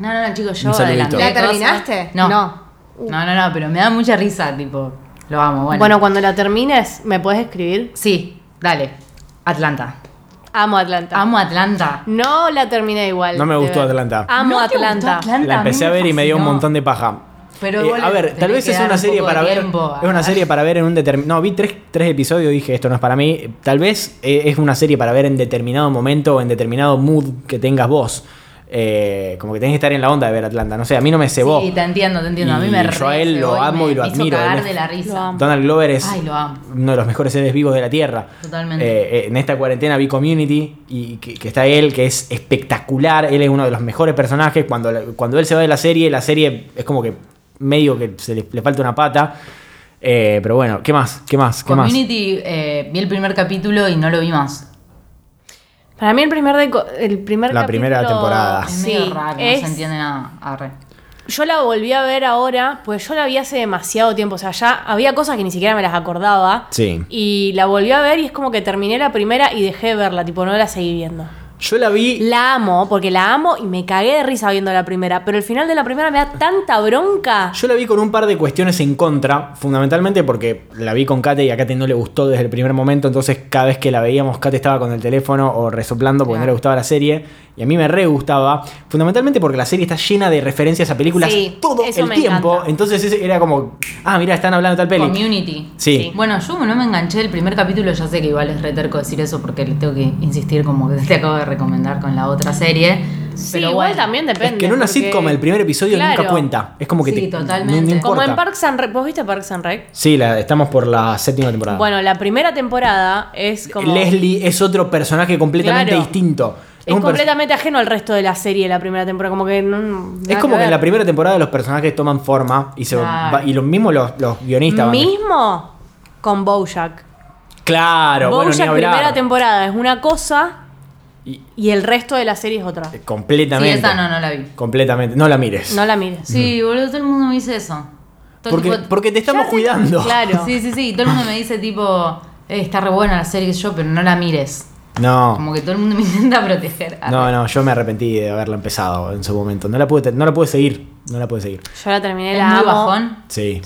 A: No, no, no, chicos, yo
C: Un saludito.
A: adelanté
B: ¿La
A: cosas.
B: terminaste?
A: No. Uh.
B: No.
A: no, no, no, pero me da mucha risa, tipo. Lo amo, bueno.
B: Bueno. cuando la termines, ¿me puedes escribir?
A: Sí, dale. Atlanta.
B: Amo Atlanta.
A: Amo Atlanta.
B: No la terminé igual.
C: No me
B: de
C: gustó
B: ver.
C: Atlanta.
B: Amo
A: ¿No te gustó
B: Atlanta.
A: Atlanta?
C: La empecé a
A: mí
C: ver y me dio un
A: fascinó.
C: montón de paja.
A: Pero
C: Eh,
A: igual
C: a ver,
A: tenés
C: tal vez
A: que
C: es
A: dar
C: una
A: un
C: serie
A: poco de
C: para ver.
A: tiempo a-
C: Es una serie para ver en un determinado. No, vi tres, tres episodios y dije esto no es para mí. Tal vez eh, es una serie para ver en determinado momento o en determinado mood que tengas vos. Eh, como que tenés que estar en la onda de ver Atlanta. No sé, a mí no me cebó.
A: Sí, te entiendo, te entiendo. A mí
C: Y
A: me
C: yo a él
A: recebó
C: lo
A: me-
C: amo y lo
A: me hizo
C: admiro,
A: cagar
C: él es-
A: de la risa.
B: Lo amo.
C: Donald Glover es
A: Ay, lo amo.
C: uno de los mejores seres vivos de la Tierra.
A: Totalmente.
C: Eh, eh, en esta cuarentena vi Community y que, que está él, que es espectacular. Él es uno de los mejores personajes. Cuando, la- cuando él se va de la serie, la serie es como que medio que se le, le falta una pata. Eh, pero bueno, ¿qué más? ¿Qué más? ¿Qué más?
A: Community, eh, vi el primer capítulo y no lo vi más.
B: Para mí el primer de co- el primer
C: La primera
B: capítulo-
C: temporada.
A: Es
B: Sí,
A: medio raro, no
B: es-
A: se entiende nada. Arre.
B: Yo la volví a ver ahora, pues yo la vi hace demasiado tiempo, o sea, ya había cosas que ni siquiera me las acordaba.
C: Sí.
B: Y la volví a ver y es como que terminé la primera y dejé de verla, tipo, no la seguí viendo.
C: Yo la vi.
B: La amo, porque la amo y me cagué de risa viendo la primera, pero el final de la primera me da tanta bronca.
C: Yo la vi con un par de cuestiones en contra, fundamentalmente porque la vi con Kate y a Kate no le gustó desde el primer momento, entonces cada vez que la veíamos Kate estaba con el teléfono o resoplando porque no le gustaba la serie, y a mí me re gustaba, fundamentalmente porque la serie está llena de referencias a películas
B: Sí,
C: todo
B: eso
C: el
B: me
C: tiempo,
B: encanta.
C: entonces ese era como, ah, mira, están hablando de tal peli.
A: Community.
C: Sí.
A: Bueno, yo no me enganché del primer capítulo, ya sé que igual es reterco decir eso porque les tengo que insistir como que te acabo de recomendar con la otra serie.
B: Sí,
A: pero
B: igual
A: bueno.
B: también
C: Es
B: depende.
C: que en una
B: porque-
C: sitcom el primer episodio nunca
B: Claro.
C: cuenta, es como que
A: Sí,
C: te,
A: totalmente.
C: no- no
B: Como en
C: importa.
B: Parks and Rec, ¿vos viste Parks and Rec?
C: Sí, la, estamos por la séptima temporada.
B: Bueno, la primera temporada es como...
C: Ah. Leslie es otro personaje completamente
B: Claro.
C: distinto.
B: Es
C: un pers-
B: completamente ajeno al resto de la serie la primera temporada, como que no-
C: Es
B: nada
C: como que
B: ver.
C: en la primera temporada los personajes toman forma y, se,
A: Claro.
C: va- y lo mismo los, los guionistas. van-
B: Mismo con Bojack.
C: Claro, bueno, ni
B: Bojack
C: hablar.
B: primera temporada es una cosa
C: Y-
B: y el resto de la serie es otra.
C: Eh, completamente.
A: Sí, esa no, no la vi.
C: Completamente. No la mires.
B: No la mires.
A: Sí, boludo, todo el mundo me dice eso. Todo el
C: porque,
A: tipo-
C: porque te estamos cuidando.
B: Claro.
A: Sí, sí, sí. Todo el mundo me dice tipo, "Eh, está re buena la serie que yo, pero no la mires.
C: No.
A: Como que todo el mundo me intenta proteger. Arre.
C: No, no, yo me arrepentí de haberla empezado en su momento. No la pude, te- no la pude seguir. No la pude seguir.
B: Yo la terminé,
A: Es
B: la
A: muy
B: amo.
A: bajón.
C: Sí.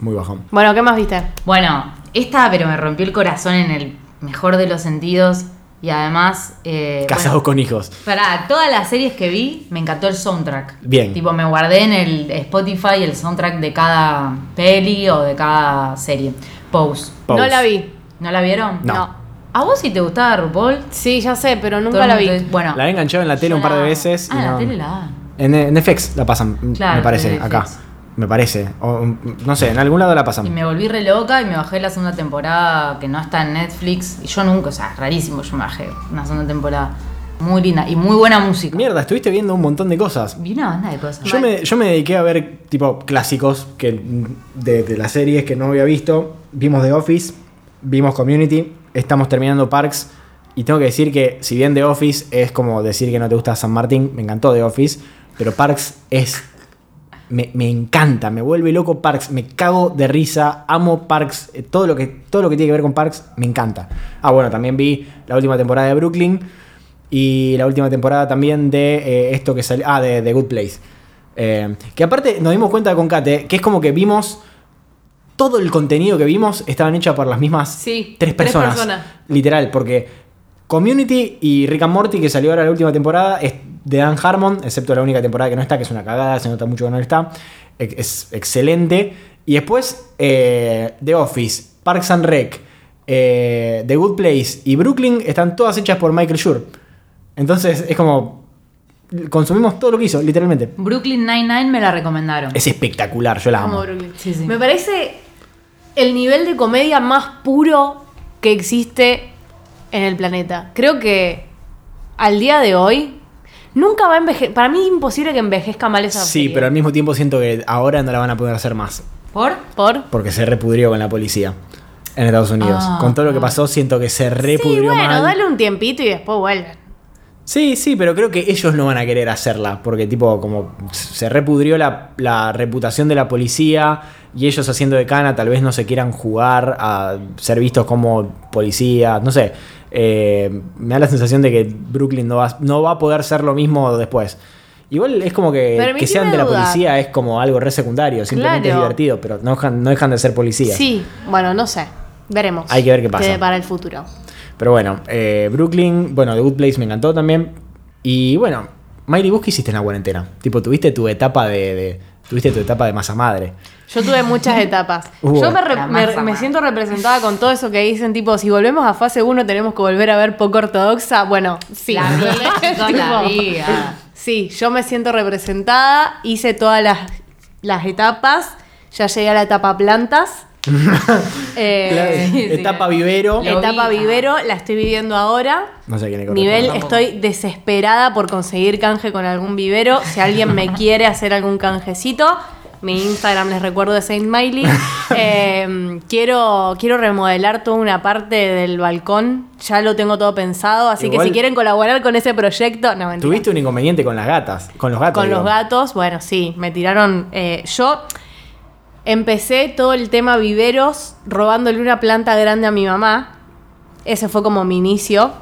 C: Muy
A: Eh,
C: bajón.
B: Bueno, ¿qué más viste?
A: Bueno, esta, pero me rompió el corazón en el mejor de los sentidos. Y además. Eh,
C: Casados
A: bueno,
C: con hijos.
A: Para todas las series que vi, me encantó el soundtrack.
C: Bien.
A: Tipo, me guardé en el Spotify el soundtrack de cada peli o de cada serie. Pose.
C: Pose.
B: No la vi.
A: ¿No la vieron?
C: No.
A: ¿A vos sí te gustaba RuPaul?
B: Sí, ya sé, pero
A: Todo
B: nunca
A: el
B: la vi.
A: mundo te- Bueno.
C: La he enganchado en la tele un par de veces. y
A: Ah, la
C: no-
A: tele la daban.
C: En, en FX la pasan, m-
A: Claro,
C: me parece,
A: en
C: acá.
A: FX.
C: Me parece. O, m- no sé, en algún lado la pasan.
A: Y me volví re loca y me bajé la segunda temporada que no está en Netflix. Y yo nunca, o sea, rarísimo, yo me bajé una segunda temporada muy linda y muy buena música.
C: Mierda, estuviste viendo un montón de cosas.
A: Vi una banda de cosas.
C: Yo me, yo me dediqué a ver tipo clásicos que, de, de las series que no había visto. Vimos The Office, vimos Community, estamos terminando Parks. Y tengo que decir que, si bien The Office es como decir que no te gusta San Martín, me encantó The Office, pero Parks es. Me, me encanta, me vuelve loco Parks, me cago de risa, amo Parks, eh, todo lo, que, todo lo que tiene que ver con Parks me encanta. Ah, bueno, también vi la última temporada de Brooklyn y la última temporada también de eh, esto que salió. Ah, de The Good Place. Eh, que aparte nos dimos cuenta con Kate que es como que vimos todo el contenido que vimos estaban hechos por las mismas
B: Sí,
C: tres
B: tres
C: personas.
B: personas.
C: Literal, porque Community y Rick and Morty, que salió ahora la última temporada, es de Dan Harmon, excepto la única temporada que no está, que es una cagada, se nota mucho que no está. E- Es excelente. Y después eh, The Office, Parks and Rec, eh, The Good Place y Brooklyn están todas hechas por Michael Schur. Entonces es como. consumimos todo lo que hizo, literalmente.
A: Brooklyn Nine-Nine me la recomendaron.
C: Es espectacular, yo la
B: Amo
C: amo.
B: Brooklyn.
A: Sí, sí.
B: Me parece el nivel de comedia más puro que existe en el planeta. Creo que al día de hoy nunca va a envejecer. Para mí es imposible que envejezca mal esa
C: Sí,
B: serie.
C: pero al mismo tiempo siento que ahora no la van a poder hacer más.
A: ¿Por?
B: ¿Por?
C: Porque se repudrió con la policía en Estados Unidos.
A: Ah,
C: con todo lo que pasó, siento que se
B: Sí,
C: repudrió
B: bueno,
C: mal.
B: dale un tiempito y después vuelven.
C: Sí, sí, pero creo que ellos no van a querer hacerla. Porque, tipo, como se repudrió la, la reputación de la policía y ellos haciendo de cana, tal vez no se quieran jugar a ser vistos como policía. No sé. Eh, me da la sensación de que Brooklyn no va, no va a poder ser lo mismo después. Igual es como que,
B: Permitime
C: que sean de la
B: dudar.
C: policía es como algo re secundario. Simplemente
B: Claro.
C: es divertido, pero no dejan, no dejan de ser policías.
B: Sí, bueno, no sé. Veremos.
C: Hay que ver qué pasa.
B: Qué para el futuro.
C: Pero bueno, eh, Brooklyn, bueno, The Good Place me encantó también. Y bueno, Mayri, ¿vos qué hiciste en la cuarentena? Tipo, tuviste tu etapa de, de- tuviste tu etapa de masa madre.
B: Yo tuve muchas etapas.
C: Hubo.
B: Yo me, re-
A: La
B: me-
A: masa,
B: me
A: man.
B: siento representada con todo eso que dicen, tipo, si volvemos a fase 1 tenemos que volver a ver poco ortodoxa. Bueno, sí.
A: La vida, chicos, la
B: Tipo,
A: vida.
B: Sí, yo me siento representada, hice todas las, las etapas, ya llegué a la etapa plantas. Eh,
A: sí, sí.
C: etapa vivero.
B: la
A: Lo vi.
B: etapa vivero la estoy viviendo ahora.
C: No sé quién le corresponde.
B: Nivel,
A: tampoco.
B: estoy desesperada por conseguir canje con algún vivero. Si alguien me quiere hacer algún canjecito, mi Instagram les recuerdo de Saint Miley. Eh, quiero, quiero remodelar toda una parte del balcón. Ya lo tengo todo pensado. Así
C: Igual-
B: que si quieren colaborar con ese proyecto, no mentira.
C: Tuviste un inconveniente con las gatas, con los gatos.
B: Con los
C: digo.
B: gatos, bueno, sí, me tiraron. eh, yo empecé todo el tema viveros robándole una planta grande a mi mamá. Ese fue como mi inicio.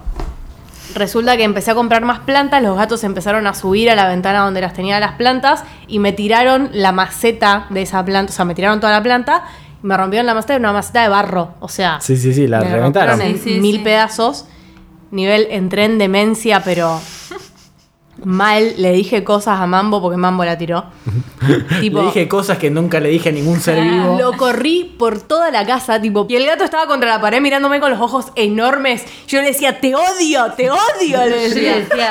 B: Resulta que empecé a comprar más plantas, los gatos empezaron a subir a la ventana donde las tenía las plantas y me tiraron la maceta de esa planta, o sea, me tiraron toda la planta y me rompieron la maceta, una maceta de barro, o sea,
C: Sí, sí, sí, la
B: me
C: reventaron.
B: rompieron en
A: Sí, sí,
B: mil
A: sí.
B: pedazos. Nivel entré en demencia, pero mal. Le dije cosas a Mambo porque Mambo la tiró. tipo, ah,
C: Le dije cosas que nunca le dije a ningún ser vivo.
B: lo corrí por toda la casa, tipo. Y el gato estaba contra la pared mirándome con los ojos enormes. Yo le decía, te odio, te odio. Le
A: Yo le
B: decía.
A: decía,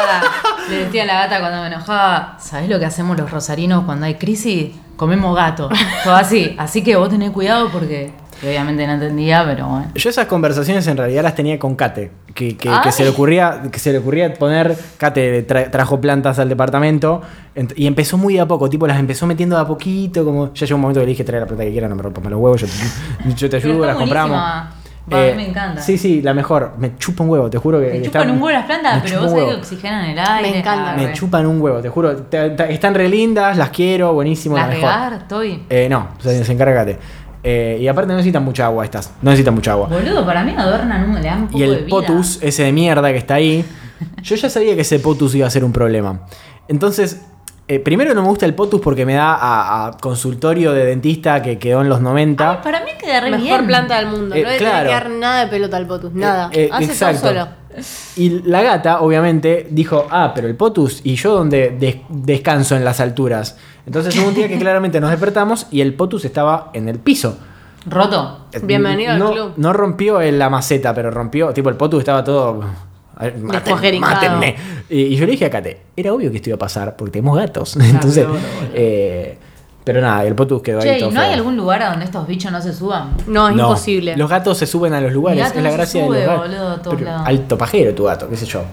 A: le decía a la gata cuando me enojaba, ¿sabés lo que hacemos los rosarinos cuando hay crisis? Comemos gato. Todo así. Así que vos tenés cuidado porque que obviamente no entendía, pero bueno.
C: Yo esas conversaciones en realidad las tenía con Kate, que, que- que
B: Ay.
C: se le ocurría que se le ocurría poner, Kate tra- trajo plantas al departamento ent- y empezó muy de a poco, tipo las empezó metiendo de a poquito, como ya llegó un momento que le dije trae la planta que quiera, no me rompas los huevos, yo, te- yo te
A: Pero
C: ayudo,
A: está
C: las compramos.
A: buenísima. Va, a mí
C: Eh,
A: me encanta.
C: Sí, sí, la mejor, me chupa un huevo, te juro que
A: Me
C: está-
A: chupan un huevo las plantas,
C: me
A: pero
C: chupa
A: vos
C: un
A: sabés que
C: huevo.
A: oxigenan el aire.
B: encanta.
A: Ah,
C: me
A: re.
C: chupan un huevo, te juro, te- te- están re lindas, las quiero, buenísimo, la
A: ¿Las
C: mejor.
A: regar? Estoy.
C: Eh, no, se, se encarga Kate. Eh, y aparte no necesitan mucha agua estas, no necesitan mucha agua.
A: Boludo, para mí adornan, un- le dan un poco
C: Y
A: de
C: el
A: vida.
C: potus, ese de mierda que está ahí. Yo ya sabía que ese potus iba a ser un problema. Entonces, eh, primero no me gusta el potus porque me da a, a consultorio de dentista que quedó en los 90.
A: Ay, para mí queda re
B: Mejor
A: bien.
B: planta del mundo.
C: Eh,
B: no le
C: claro.
B: tiene que dar nada de pelota al potus, nada.
C: Eh, eh,
B: Hace
C: exacto.
B: todo solo.
C: Y la gata, obviamente, dijo, ah, pero el potus y yo donde des- descanso en las alturas. Entonces hubo un día que claramente nos despertamos y el potus estaba en el piso.
A: Roto.
C: Eh,
B: Bienvenido al
C: no,
B: club.
C: No rompió el- la maceta, pero rompió. Tipo, el potu estaba todo. a ver, maten-
B: Despojeringado.
C: mátenme. Y, y yo le dije a Kate, era obvio que esto iba a pasar porque tenemos gatos. Entonces.
A: boludo,
C: eh, pero nada, el potu quedó ahí.
A: Che,
C: todo
A: ¿y no hay
C: feo.
A: algún lugar a donde estos bichos no se suban?
B: No, es
C: No,
B: imposible.
C: Los gatos se suben a los lugares.
A: gato
C: es la
A: no se
C: gracia
A: sube,
C: de los gatos.
A: boludo, a todos
C: Pero
A: lados.
C: Alto pajero tu gato, qué sé yo.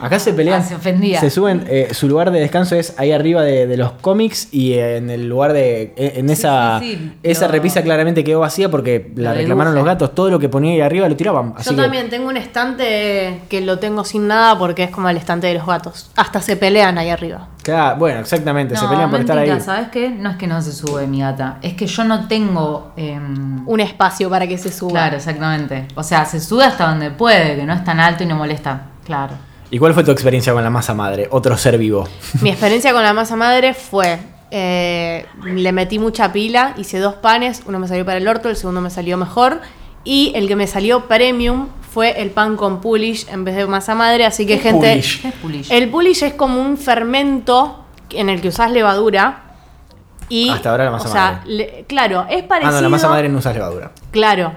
C: Acá se pelean.
A: Ah, se ofendía.
C: se suben. eh, su lugar de descanso es ahí arriba de, de los cómics y eh, en el lugar de. eh, En esa.
A: sí, sí,
C: esa
A: lo-
C: repisa claramente quedó vacía porque la
A: Lo
C: reclamaron los
A: dibujan.
C: gatos. Todo lo que ponía ahí arriba lo tiraban. Así
B: Yo
C: que-
B: también tengo un estante que lo tengo sin nada porque es como el estante de los gatos. Hasta se pelean ahí arriba.
C: Claro, bueno, exactamente. se
A: no,
C: pelean por estar ahí.
A: mentira, ¿sabes qué? No es que no se sube mi gata, es que yo no tengo... em,
B: Un espacio para que se suba.
A: claro, exactamente. O sea, se sube hasta donde puede, que no es tan alto y no molesta. Claro.
C: ¿Y cuál fue tu experiencia con la masa madre? Otro ser vivo.
B: Mi experiencia con la masa madre fue. eh, le metí mucha pila, hice dos panes, uno me salió para el orto, el segundo me salió mejor. Y el que me salió premium fue el pan con pulish en vez de masa madre. Así que,
C: ¿Qué
B: gente.
C: Pulish?
A: ¿Qué es pulish?
B: El pulish es como un fermento en el que usás levadura. Y,
C: Hasta ahora la masa
B: o sea,
C: madre.
B: le- claro, es parecido.
C: Ah, no, la masa madre no usa levadura.
B: Claro.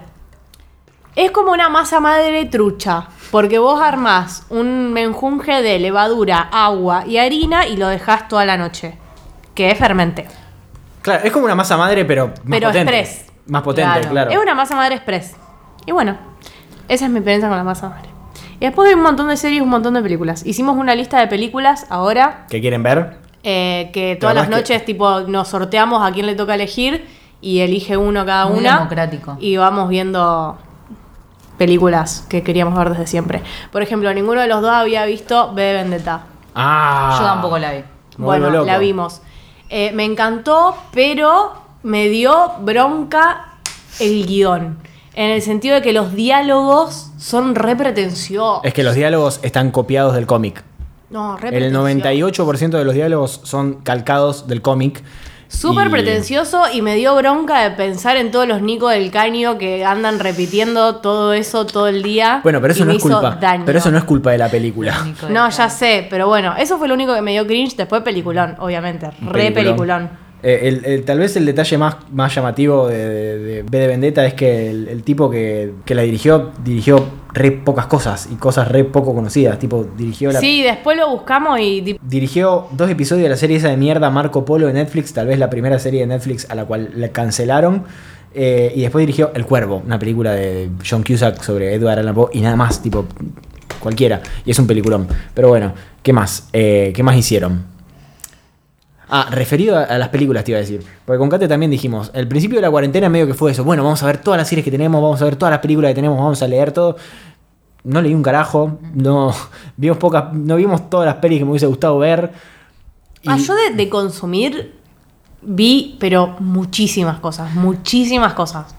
B: Es como una masa madre trucha, porque vos armás un menjunje de levadura, agua y harina y lo dejás toda la noche, que es fermente.
C: Claro, es como una masa madre, pero más
B: Pero
C: potente.
B: express.
C: Más potente, claro.
A: Claro.
B: Es una masa madre express. Y bueno, esa es mi experiencia con la masa madre. Y después hay un montón de series, un montón de películas. Hicimos una lista de películas ahora
C: ¿Qué quieren ver?
B: eh, que todas las
C: además que-
B: noches tipo nos sorteamos a quién le toca elegir y elige uno cada
A: Muy
B: una.
A: democrático.
B: Y vamos viendo películas que queríamos ver desde siempre. Por ejemplo, ninguno de los dos había visto B de Vendetta.
C: Ah.
A: Yo tampoco la vi.
C: Me
B: bueno,
C: vuelvo loco.
B: la vimos. Eh, me encantó, pero me dio bronca el guión. En el sentido de que los diálogos son re pretenciosos.
C: Es que los diálogos están copiados del cómic.
B: no, re
C: El
B: pretencioso.
C: 98% de los diálogos son calcados del cómic.
B: Súper
C: Y-
B: pretencioso y me dio bronca de pensar en todos los Nico del Caño que andan repitiendo todo eso todo el día.
C: Bueno, pero eso
B: y
C: no
B: me
C: es
B: hizo
C: culpa.
B: daño.
C: Pero eso no es culpa de la película.
A: Nico de
B: No, ya
A: Cabo.
B: sé, pero bueno, eso fue lo único que me dio cringe. Después peliculón, obviamente. Re peliculón.
C: Eh, el- el- tal vez el detalle más, más llamativo de, de, de V de Vendetta es que el, el tipo que, que la dirigió, dirigió re pocas cosas y cosas re poco conocidas. Tipo, dirigió la
B: Sí, después lo buscamos y di-
C: Dirigió dos episodios de la serie esa de mierda Marco Polo de Netflix, tal vez la primera serie de Netflix a la cual la cancelaron. Eh, y después dirigió El Cuervo, una película de John Cusack sobre Edward Allan Poe y nada más, tipo cualquiera. Y es un peliculón. Pero bueno, ¿qué más? Eh, ¿Qué más hicieron? Ah, referido a, a las películas te iba a decir. Porque con Kate también dijimos, el principio de la cuarentena medio que fue eso. Bueno, vamos a ver todas las series que tenemos, vamos a ver todas las películas que tenemos, vamos a leer todo. No leí un carajo, no vimos pocas, no vimos todas las pelis que me hubiese gustado ver. Y-
B: Ah, yo de, de consumir vi, pero muchísimas cosas, muchísimas cosas.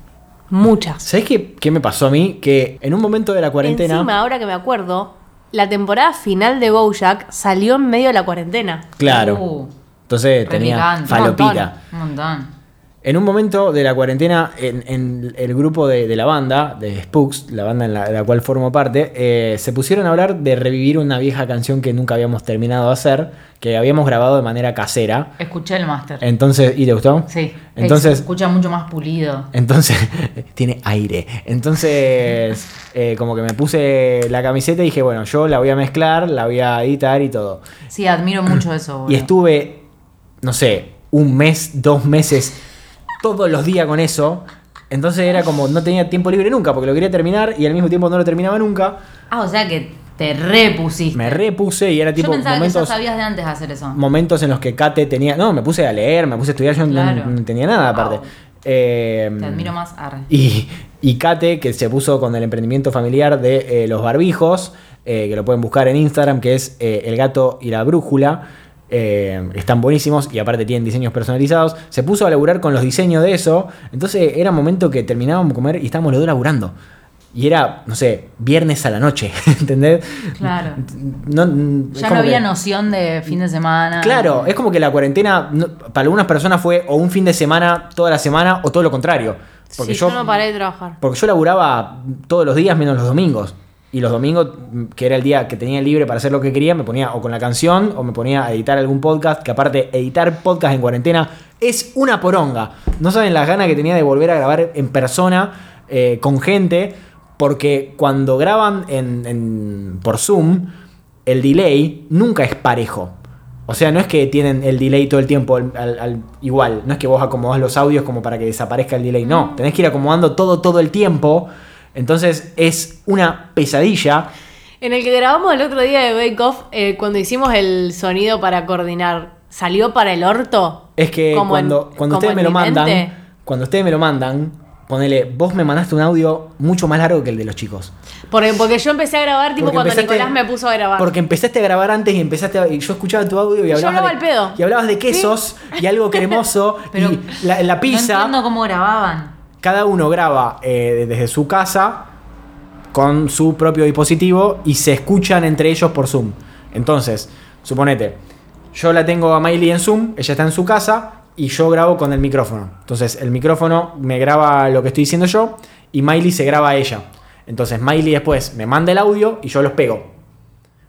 B: Muchas.
C: ¿Sabés qué, qué me pasó a mí? Que en un momento de la cuarentena...
B: Encima, ahora que me acuerdo, la temporada final de Bojack salió en medio de la cuarentena.
C: Claro.
A: Uh,
C: entonces tenía
A: repicante.
C: falopita.
A: Un montón. un montón.
C: En un momento de la cuarentena, en, en el grupo de, de la banda, de Spooks, la banda en la, de la cual formo parte, eh, se pusieron a hablar de revivir una vieja canción que nunca habíamos terminado de hacer, que habíamos grabado de manera casera.
A: Escuché el máster.
C: Entonces, ¿y te gustó?
A: Sí.
C: Eh, Entonces,
A: Se escucha mucho más pulido.
C: entonces, tiene aire. Entonces, eh, como que me puse la camiseta y dije, bueno, yo la voy a mezclar, la voy a editar y todo.
A: Sí, admiro mucho eso. boludo.
C: Y estuve, no sé, un mes, dos meses, todos los días con eso. Entonces era como, no tenía tiempo libre nunca, porque lo quería terminar y al mismo tiempo no lo terminaba nunca.
A: Ah, o sea que te repusiste.
C: Me repuse y era
A: Yo
C: tipo
A: pensaba que ya
C: momentos,
A: sabías de antes hacer eso.
C: momentos en los que Kate tenía... No, me puse a leer, me puse a estudiar, yo no-
A: Claro.
C: no, tenía nada aparte.
A: Wow.
C: Eh,
A: Te admiro más, arre.
C: y, y Kate, que se puso con el emprendimiento familiar de eh, los barbijos, eh, que lo pueden buscar en Instagram, que es eh, El Gato y la Brújula. eh, están buenísimos y aparte tienen diseños personalizados. Se puso a laburar con los diseños de eso. Entonces era momento que terminábamos de comer y estábamos los dos laburando. Y era, no sé, viernes a la noche, ¿entendés?
A: Claro.
C: No, mm, es
A: Ya no
C: como
A: había
C: que-
A: noción de fin de semana.
C: Claro, es como que la cuarentena no- para algunas personas fue o un fin de semana toda la semana o todo lo contrario. Porque
B: Sí, yo, no paré de trabajar.
C: porque yo laburaba todos los días menos los domingos. Y los domingos, que era el día que tenía libre para hacer lo que quería, me ponía o con la canción o me ponía a editar algún podcast. Que aparte, editar podcast en cuarentena es una poronga. No saben las ganas que tenía de volver a grabar en persona eh, con gente. Porque cuando graban en- en- por Zoom, el delay nunca es parejo. O sea, no es que tienen el delay todo el tiempo al, al- al- igual. No es que vos acomodás los audios como para que desaparezca el delay. No,
B: Mm.
C: tenés que ir acomodando todo, todo el tiempo. Entonces es una pesadilla.
B: En el que grabamos el otro día de Bake Off, eh, cuando hicimos el sonido para coordinar, ¿salió para el orto?
C: Es que
B: Como
C: cuando,
B: en-
C: cuando
B: como
C: ustedes me
B: en
C: lo
B: mi
C: mandan,
B: mente.
C: cuando ustedes me lo mandan, ponele, vos me mandaste un audio mucho más largo que el de los chicos.
B: Porque, porque yo empecé a grabar tipo
C: Porque
B: cuando
C: empezaste-
B: Nicolás me puso a grabar.
C: Porque empezaste a grabar antes y empezaste a- y yo escuchaba tu audio y
B: Yo
C: hablabas,
B: hablaba
C: de,
B: al pedo.
C: y hablabas de quesos y algo cremoso
A: Pero
C: y la, la pizza.
A: No entiendo cómo grababan.
C: Cada uno graba eh, desde su casa con su propio dispositivo y se escuchan entre ellos por Zoom. Entonces, suponete, yo la tengo a Miley en Zoom, ella está en su casa y yo grabo con el micrófono. Entonces, el micrófono me graba lo que estoy diciendo yo y Miley se graba a ella. Entonces, Miley después me manda el audio y yo los pego.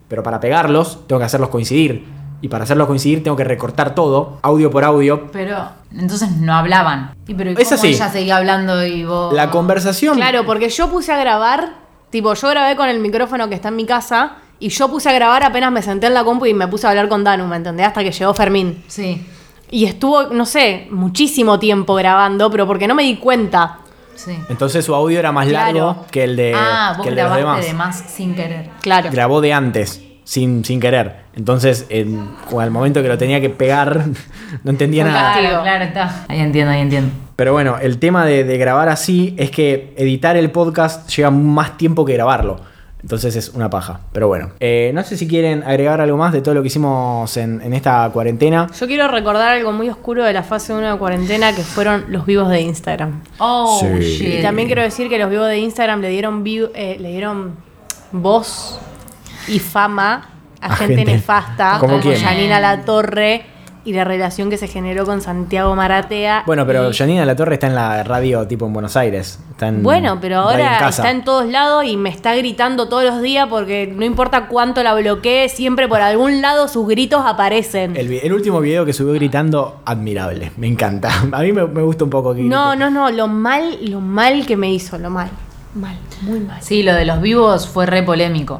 C: Pero para pegarlos, tengo que hacerlos coincidir. Y para hacerlos coincidir, tengo que recortar todo, audio por audio,
A: Pero Entonces no hablaban. Y pero ¿y
C: Es
A: cómo
C: así.
A: ella seguía hablando y vos.
C: La conversación.
B: Claro, porque yo puse a grabar, tipo, yo grabé con el micrófono que está en mi casa y yo puse a grabar apenas me senté en la compu y me puse a hablar con Danu, ¿me entendés? Hasta que llegó Fermín.
A: Sí,
B: Y estuvo, no sé, muchísimo tiempo grabando, pero porque no me di cuenta.
A: sí.
C: Entonces su audio era más
B: Claro.
C: largo que el de,
A: ah, vos
C: Eh, que el de los
A: grabaste
C: demás.
A: de más sin querer.
B: Claro.
C: Grabó de antes, sin, sin querer. Entonces, en- al momento que lo tenía que pegar, no entendía
B: Un
C: nada.
B: castigo.
A: Claro, claro, está. Ahí entiendo, ahí entiendo.
C: Pero bueno, el tema de, de grabar así es que editar el podcast lleva más tiempo que grabarlo. Entonces es una paja. Pero bueno, Eh, no sé si quieren agregar algo más de todo lo que hicimos en, en esta cuarentena.
B: Yo quiero recordar algo muy oscuro de la fase 1 de cuarentena que fueron los vivos de Instagram.
A: Oh,
C: Sí.
A: shit.
B: Y también quiero decir que los vivos de Instagram le dieron, view- eh, le dieron voz y fama a,
C: A
B: gente,
C: gente.
B: nefasta
C: ¿Como
B: como
C: quién?
B: Janina La Torre y la relación que se generó con Santiago Maratea.
C: Bueno, pero
B: Y-
C: Janina La Torre está en la radio tipo en Buenos Aires. Está en-
B: Bueno, pero
C: radio en
B: ahora
C: casa.
B: está en todos lados y me está gritando todos los días porque no importa cuánto la bloquee, siempre por algún lado sus gritos aparecen.
C: El, vi- el último video que subió gritando, admirable. Me encanta. A mí me, me gusta un poco que grite.
B: No, no, no, lo mal, lo mal que me hizo, lo mal. Mal, muy mal.
A: Sí, lo de los vivos fue re polémico.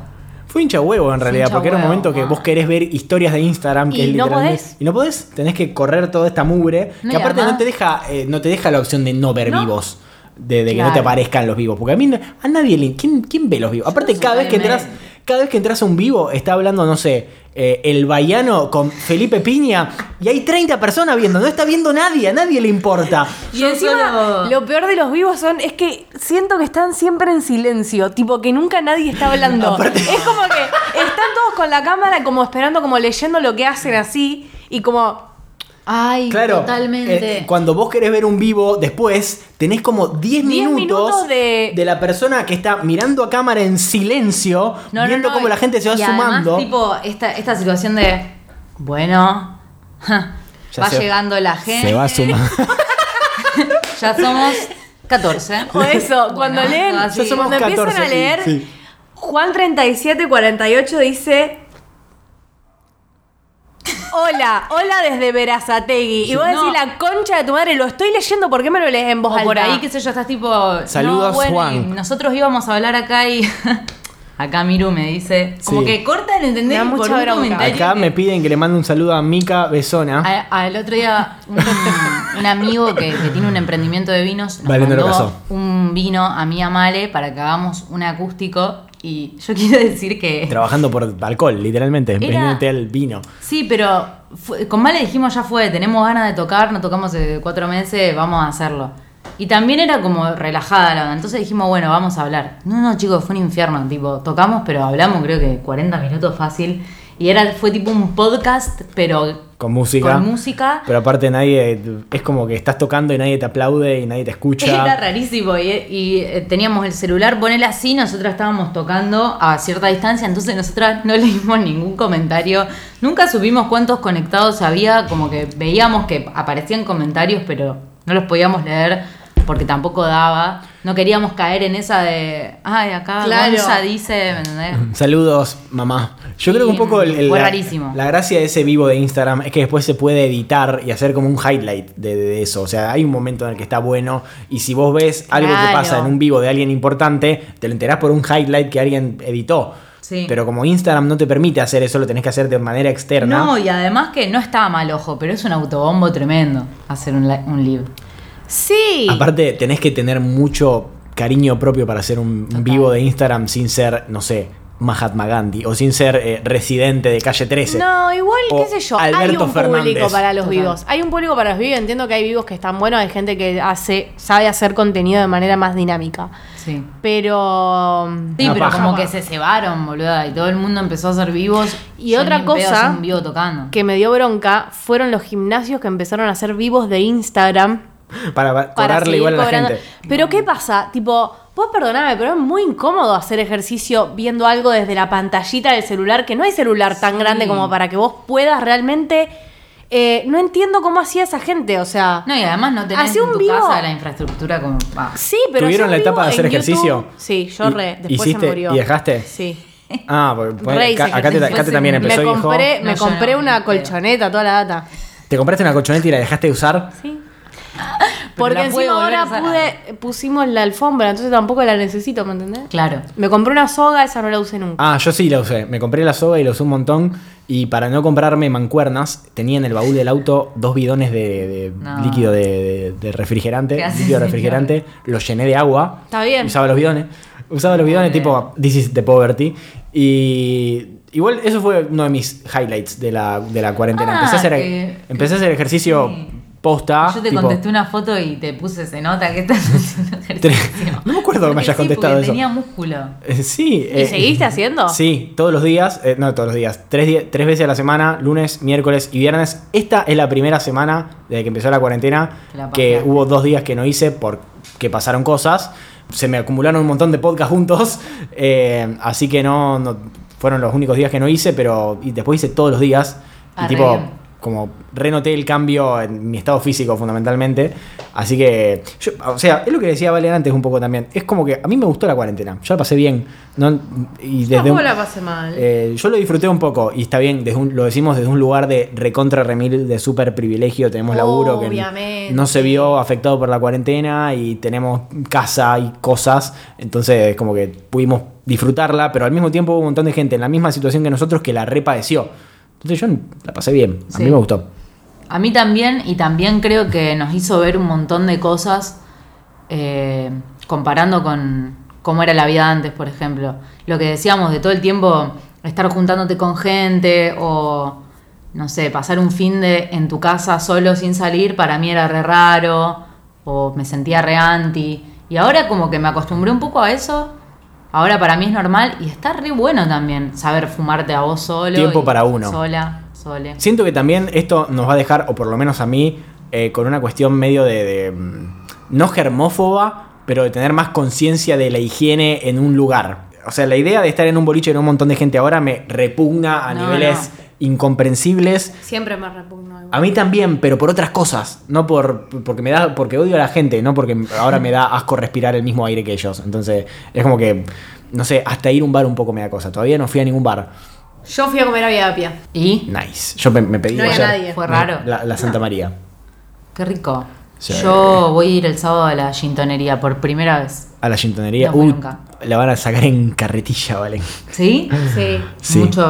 C: Fue hincha huevo en realidad,
A: hincha
C: porque era un
A: huevo,
C: momento que
A: ah.
C: vos querés ver historias de Instagram que
B: Y
C: es
B: no
C: literalmente-
B: podés.
C: Y no podés, tenés que correr toda esta mugre.
A: No,
C: que
A: y
C: aparte no
A: además-
C: te deja, eh, no te deja la opción de no ver
A: No.
C: vivos. De, de que no te
B: Claro.
C: aparezcan los vivos. Porque a mí no- a nadie le. ¿Quién, quién ve los vivos? Aparte,
A: no
C: cada
A: soy
C: vez que
A: de
C: entras,
A: Medellín.
C: cada vez que entras a un vivo, está hablando, no sé, eh, el baiano con Felipe Piña. Y hay 30 personas viendo, no está viendo nadie, a nadie le importa.
B: Y
A: Yo
B: encima,
A: solo-
B: lo peor de los vivos son, es que siento que están siempre en silencio, tipo que nunca nadie está hablando. Es como que están todos con la cámara como esperando, como leyendo lo que hacen así y como...
A: Ay,
C: Claro,
A: totalmente.
C: eh, cuando vos querés ver un vivo después, tenés como 10
B: 10
C: minutos,
B: minutos de-
C: la persona que está mirando a cámara en silencio,
A: No, no,
C: viendo
A: no,
C: cómo la gente se va
A: y Además,
C: sumando.
A: tipo, esta, esta situación de, bueno, ja,
C: Ya
A: va
C: se-
A: llegando la gente.
C: se va sumando.
A: Ya somos 14.
B: O eso, cuando
A: Bueno,
B: leen,
A: así.
C: Ya somos
B: cuando empiezan
C: 14,
B: a leer,
C: sí, sí.
B: Juan 3748 dice... Hola, hola desde Verazategui. Y vos
A: No.
B: decís la concha de tu madre, lo estoy leyendo, ¿por qué me lo lees en voz
A: O
B: alta?
A: por ahí, qué sé yo, estás tipo.
C: Saludos,
A: no, bueno,
C: Juan.
A: y Nosotros íbamos a hablar acá y. Acá Miru me dice. Como
C: Sí.
A: que cortan, ¿entendés?
B: Me da
A: Por
B: mucha
A: un
B: bronca.
A: comentario
C: Acá
A: que-
C: me piden que le mande un saludo a Mica Besona.
A: A- Al otro día, un, un amigo que, que tiene un emprendimiento de vinos nos
C: Valiendo lo
A: mandó
C: casó.
A: un vino a mí, a Male, para que hagamos un acústico. Y yo quiero decir que.
C: Trabajando por alcohol, literalmente. Vendiéndote al vino.
A: Sí, pero fue- con Male dijimos ya fue, tenemos ganas de tocar, no tocamos hace cuatro meses, vamos a hacerlo. Y también era como relajada la onda, entonces dijimos, bueno, vamos a hablar. No, no, chicos, fue un infierno, tipo, tocamos, pero hablamos creo que 40 minutos fácil. Y era, fue tipo un podcast, pero
C: Con música.
A: Con música.
C: Pero aparte nadie. Es como que estás tocando y nadie te aplaude y nadie te escucha.
A: Era rarísimo y, y, eh, teníamos el celular, ponele así, nosotras estábamos tocando a cierta distancia, entonces nosotras no leímos ningún comentario, nunca supimos cuántos conectados había, como que veíamos que aparecían comentarios, pero no los podíamos leer porque tampoco daba, no queríamos caer en esa de, ay, acá
B: Claro.
A: Gonza dice, ¿me entendés?
C: Saludos, mamá. Yo creo que un
A: Y
C: poco el- el-
A: fue
C: la,
A: rarísimo.
C: la gracia de ese vivo de Instagram es que después se puede editar y hacer como un highlight de, de eso. O sea, hay un momento en el que está bueno y si vos ves algo que
B: Claro.
C: pasa en un vivo de alguien importante, te lo enterás por un highlight que alguien editó.
A: Sí.
C: Pero como Instagram no te permite hacer eso, lo tenés que hacer de manera externa.
A: No, y además que no estaba mal ojo, pero es un autobombo tremendo hacer un, li- un live.
B: Sí.
C: Aparte, tenés que tener mucho cariño propio para hacer un vivo de Instagram sin ser, no sé, Mahatma Gandhi o sin ser eh, residente de calle 13.
B: No, igual,
C: O
B: qué sé yo, hay
C: Alberto
B: un
C: Fernández.
B: público para los
A: Total.
B: vivos. Hay un público para los vivos, entiendo que hay vivos que están buenos, hay gente que hace, sabe hacer contenido de manera más dinámica.
A: Sí.
B: Pero. mm,
A: Sí,
C: Una
A: pero
C: paja.
A: como que se cebaron, boluda, y todo el mundo empezó a hacer vivos.
B: Y
A: Yo
B: otra
A: ni en pedo
B: cosa
A: hacía un vivo tocando.
B: Que me dio bronca fueron los gimnasios que empezaron a hacer vivos de Instagram
C: Para, va-
B: para
C: cobrarle
B: seguir
C: igual a la
B: cobrando.
C: gente.
B: Pero ¿qué pasa? Tipo, vos perdoname, pero es muy incómodo hacer ejercicio viendo algo desde la pantallita del celular, que no hay celular tan
A: Sí.
B: grande como para que vos puedas realmente. eh, no entiendo cómo hacía esa gente, o sea.
A: No, y además no tenés
B: Hacía
A: en
B: un
A: tu
B: vivo-
A: casa la infraestructura como. pa.
B: Sí, pero
C: ¿Tuvieron
B: yo
C: la
B: vivo
C: etapa de hacer
B: en YouTube-
C: ejercicio?
B: Sí,
C: ¿Y-
B: yo re. Después
C: hiciste
B: se murió.
C: y dejaste?
B: Sí.
C: Ah, porque pone-
B: Re hice
C: acá, acá te,
B: ejercicio.
C: acá te también
A: Me
C: empezó,
B: me
C: hijo.
B: compré,
A: No,
B: me
A: yo
B: compré
A: no,
B: una
A: ni pedo.
B: colchoneta, toda la data.
C: ¿Te compraste una colchoneta y la dejaste de usar?
B: Sí. Porque
A: la puede
B: encima
A: volver a
B: ahora
A: usar.
B: pude, pusimos la alfombra, entonces tampoco la necesito, ¿me entendés?
A: Claro.
B: Me compré una soga, esa no la usé nunca.
C: Ah, yo sí la usé. Me compré la soga y la usé un montón. Y para no comprarme mancuernas, tenía en el baúl del auto dos bidones de, de
A: No.
C: líquido de, de- de refrigerante.
A: ¿Qué haces,
C: Líquido
A: señor?
C: refrigerante. Los llené de agua.
B: Está bien.
C: Usaba los bidones. Usaba los bidones
A: bien.
C: tipo This is the poverty. Y igual eso fue uno de mis highlights de la, de la cuarentena.
A: Ah,
C: empecé, a hacer,
A: que-
C: empecé a hacer ejercicio
A: sí.
C: posta.
A: Yo te
C: Ah, tipo-
A: contesté una foto y te puse, se nota que estás haciendo ejercicio.
C: No me acuerdo que me
A: Porque
C: hayas
A: sí,
C: contestado
A: porque
C: eso.
A: tenía músculo.
C: Eh, Sí.
B: ¿Y seguiste haciendo?
C: Sí, todos los días, eh, no todos los días, tres, di- tres veces a la semana, lunes, miércoles y viernes. Esta es la primera semana desde que empezó la cuarentena
A: Que la
C: que
A: pasaste.
C: hubo dos días que no hice porque pasaron cosas. Se me acumularon un montón de podcasts juntos, eh, así que no, no- fueron los únicos días que no hice, pero y después hice todos los días. Y
A: Ah, re
C: tipo,
A: bien.
C: como renoté el cambio en mi estado físico fundamentalmente. Así que, yo- o sea, es lo que decía Valen antes un poco también. Es como que a mí me gustó la cuarentena, yo la pasé bien. No, y desde un-
B: Tampoco la pasé mal.
C: eh, yo lo disfruté un poco y está bien, desde un- lo decimos desde un lugar de recontra remil, de súper privilegio, tenemos laburo que
B: Obviamente.
C: no se vio afectado por la cuarentena y tenemos casa y cosas, entonces como que pudimos disfrutarla, pero al mismo tiempo hubo un montón de gente en la misma situación que nosotros que la repadeció. Entonces yo la pasé bien, a
A: Sí.
C: mí me gustó.
A: A mí también, y también creo que nos hizo ver un montón de cosas eh, comparando con cómo era la vida antes, por ejemplo. Lo que decíamos de todo el tiempo estar juntándote con gente o, no sé, pasar un fin de en tu casa solo sin salir, para mí era re raro o me sentía re anti. Y ahora como que me acostumbré un poco a eso. Ahora para mí es normal y está re bueno también saber fumarte a vos solo.
C: Tiempo
A: y
C: para uno.
A: Sola, sole.
C: Siento que también esto nos va a dejar, o por lo menos a mí, eh, con una cuestión medio de, de, mm, no germófoba, pero de tener más conciencia de la higiene en un lugar. O sea, la idea de estar en un boliche con un montón de gente ahora me repugna a
A: No,
C: niveles incomprensibles.
B: Siempre me repugno. igual.
C: A mí también, pero por otras cosas, no por porque me da porque odio a la gente, no porque ahora me da asco respirar el mismo aire que ellos. Entonces, es como que no sé, hasta ir a un bar un poco me da cosa. Todavía no fui a ningún bar.
B: Yo fui a comer a Viadapia.
A: ¿Y?
C: Nice. Yo me, me pedí
B: No había
C: ayer
B: nadie.
A: Fue raro.
C: La, la Santa María.
A: Qué rico.
C: Sí.
A: Yo voy a ir el sábado a la gintonería por primera vez.
C: A la gintonería.
A: No fui
C: Uy,
A: nunca.
C: la van a sacar en carretilla, ¿vale?
A: ¿Sí?
B: Sí.
C: Sí.
A: Mucho,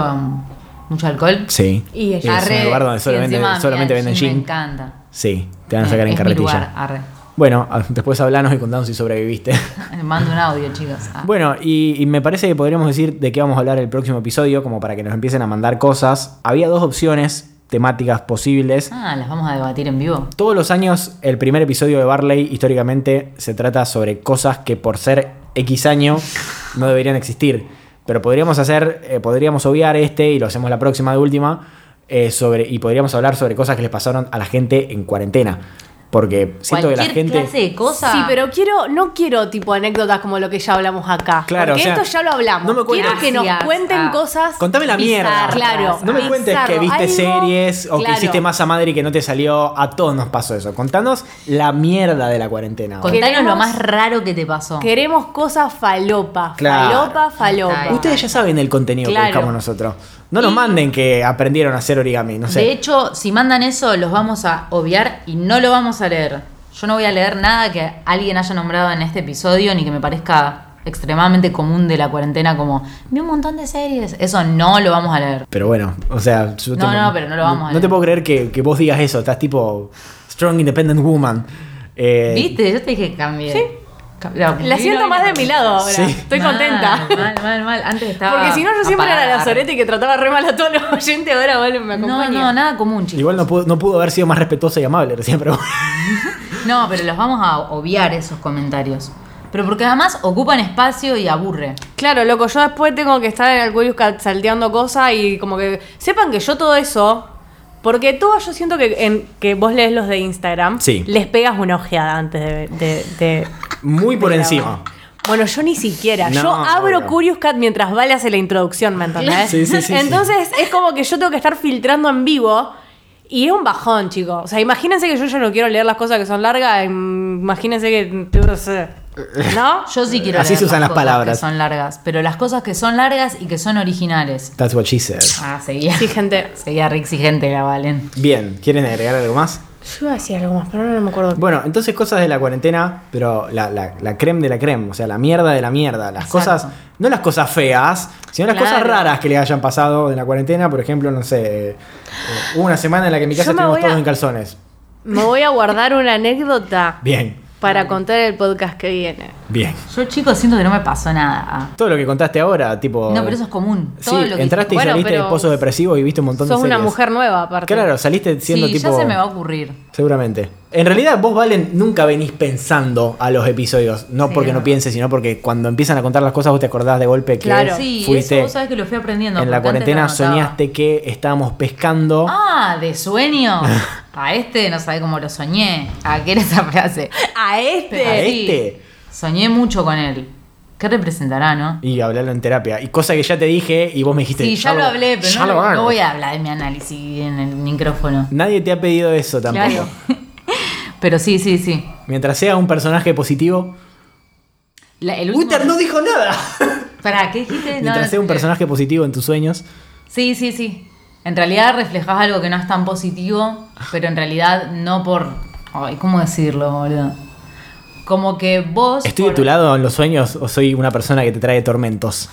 A: mucho alcohol.
C: Sí.
B: Y
C: es
B: ella
A: Arre,
C: un lugar donde solo
A: y
C: venden,
A: encima,
C: solamente
A: mirá,
C: venden
A: gin Me
C: gin.
A: encanta.
C: Sí, te van a sacar
A: Eh,
C: en
A: es mi lugar,
C: carretilla.
A: arre.
C: Bueno, a- después hablanos y contanos si sobreviviste.
A: Les Mando un audio, chicos. Ah.
C: Bueno, y, y me parece que podríamos decir de qué vamos a hablar el próximo episodio, como para que nos empiecen a mandar cosas. Había dos opciones temáticas posibles.
A: Ah, las vamos a debatir en vivo.
C: Todos los años, el primer episodio de Barley, históricamente, se trata sobre cosas que por ser X año no deberían existir. Pero podríamos hacer, eh, podríamos obviar este y lo hacemos la próxima de última. eh, sobre, y podríamos hablar sobre cosas que les pasaron a la gente en cuarentena. Porque siento que la
A: Cualquier
C: gente.
A: clase de cosa.
B: Sí, pero quiero, no quiero tipo anécdotas como lo que ya hablamos acá.
C: Claro,
B: porque
C: o sea,
B: esto ya lo hablamos.
C: no me cuentes-
B: quiero que nos
A: Gracias.
B: cuenten
A: Ah.
B: cosas.
C: Contame la mierda.
A: bizarras.
B: Claro.
C: No me cuentes que
B: bizarro,
C: viste
B: algo-
C: series o que
B: claro.
C: hiciste masa madre y que no te salió. A todos nos pasó eso. Contanos la mierda de la cuarentena.
A: Contanos lo
B: queremos-
A: más raro que te pasó.
B: Queremos cosas falopa.
C: Claro.
B: Falopa, falopa.
A: Ahí va.
C: Ustedes ya saben el contenido
B: Claro.
C: que buscamos nosotros. No nos manden que aprendieron a hacer origami, no sé.
A: De hecho, si mandan eso, los vamos a obviar y no lo vamos a leer. Yo no voy a leer nada que alguien haya nombrado en este episodio ni que me parezca extremadamente común de la cuarentena, como vi un montón de series. Eso no lo vamos a leer.
C: pero bueno, o sea, yo
A: No, no, pero no lo vamos a
C: No te
A: leer.
C: puedo creer que, que vos digas eso, estás tipo Strong Independent Woman. Eh,
A: ¿Viste? Yo te dije que cambié. Sí.
B: La siento más de mi lado ahora.
C: Sí.
B: Estoy contenta.
A: Mal, mal, mal. Antes estaba.
B: Porque si no, yo siempre
A: apagada.
B: era la sorete que trataba re mal a todos los oyentes. Ahora vale, me
A: No,
B: acompaña.
A: no, nada común, chicos.
C: Igual no pudo, no pudo haber sido más respetuosa y amable recién, pero
A: No, pero los vamos a obviar esos comentarios. Pero porque además ocupan espacio y aburre.
B: Claro, loco, yo después tengo que estar en el Curious salteando cosas y como que sepan que yo todo eso, porque todo yo siento que, en, que vos lees los de Instagram,
C: Sí.
B: les pegas una ojeada antes de... de- de-
C: muy por
B: de
C: encima.
B: grabar. Bueno, yo ni siquiera. yo
C: No,
B: abro
C: obvio.
B: Curious Cat mientras Vale hace la introducción, ¿me entendés?
C: Sí, sí, sí, sí.
B: Entonces es como que yo tengo que estar filtrando en vivo y es un bajón, chicos. O sea, imagínense que yo ya no quiero leer las cosas que son largas, im- imagínense que... no sé, ¿No?
A: Yo sí quiero
C: Eh, Así
A: leer
C: se usan las
A: cosas
C: palabras.
A: que son largas, pero las cosas que son largas y que son originales.
C: That's what she said.
A: Ah, seguía.
B: Sí, gente.
A: Seguía re exigente la Valen.
C: Bien, ¿quieren agregar algo más?
B: Yo iba a decir algo más, pero ahora no me acuerdo.
C: Bueno, entonces cosas de la cuarentena, pero la, la, la creme de la creme, o sea, la mierda de la mierda. Las
A: Exacto.
C: cosas, no las cosas feas, sino las
B: Claro.
C: cosas raras que le hayan pasado en la cuarentena. Por ejemplo, no sé, eh, hubo una semana en la que en mi
B: Yo
C: casa
B: me
C: estuvimos
B: voy a-
C: todos en calzones.
B: Me voy a guardar una anécdota
C: Bien,
B: para contar el podcast que viene.
C: bien.
A: Yo, chicos, siento que no me pasó nada. Ah.
C: Todo lo que contaste ahora, tipo.
A: No, pero eso es común. Todo
C: sí,
A: lo que
C: entraste y
B: Bueno,
C: saliste
B: pero
C: de pozos depresivos y viste un montón
B: Sos
C: de
B: una
C: series.
B: mujer nueva, aparte.
C: Claro, saliste siendo
A: sí,
C: tipo.
A: ya se me va a ocurrir.
C: Seguramente. En realidad vos, Valen, nunca venís pensando a los episodios. No
A: Sí,
C: porque no
A: no.
C: pienses, sino porque cuando empiezan a contar las cosas vos te acordás de golpe que
B: Claro.
A: Sí,
C: fuiste
A: eso vos sabés que lo fui aprendiendo.
C: en la
A: porque antes
C: cuarentena,
A: lo anotaba.
C: soñaste que estábamos pescando.
A: Ah, de sueño. A este no sabe cómo lo soñé. ¿A qué era esa frase? Pero
B: A
C: ¿A
B: este.
A: sí,
C: este?
A: Soñé mucho con él. ¿Qué representará, no?
C: Y hablarlo en terapia. Y cosa que ya te dije y vos me dijiste.
A: Sí, ya lo hablé,
C: ya
A: pero no,
C: lo hago".
A: no voy a hablar de mi análisis en el micrófono.
C: Nadie te ha pedido eso tampoco.
A: Claro. Pero sí, sí, sí.
C: Mientras sea un personaje positivo.
A: La- el último-
C: Uther no dijo nada.
A: Pará, ¿qué dijiste? No, eh.
C: Mientras
A: no
C: sea un
A: escuché.
C: personaje positivo en tus sueños.
A: Sí, sí, sí. En realidad reflejas algo que no es tan positivo, pero en realidad no por. Ay, ¿cómo decirlo, boludo? Como que vos.
C: ¿Estoy
A: por-
C: de tu lado en los sueños o soy una persona que te trae tormentos?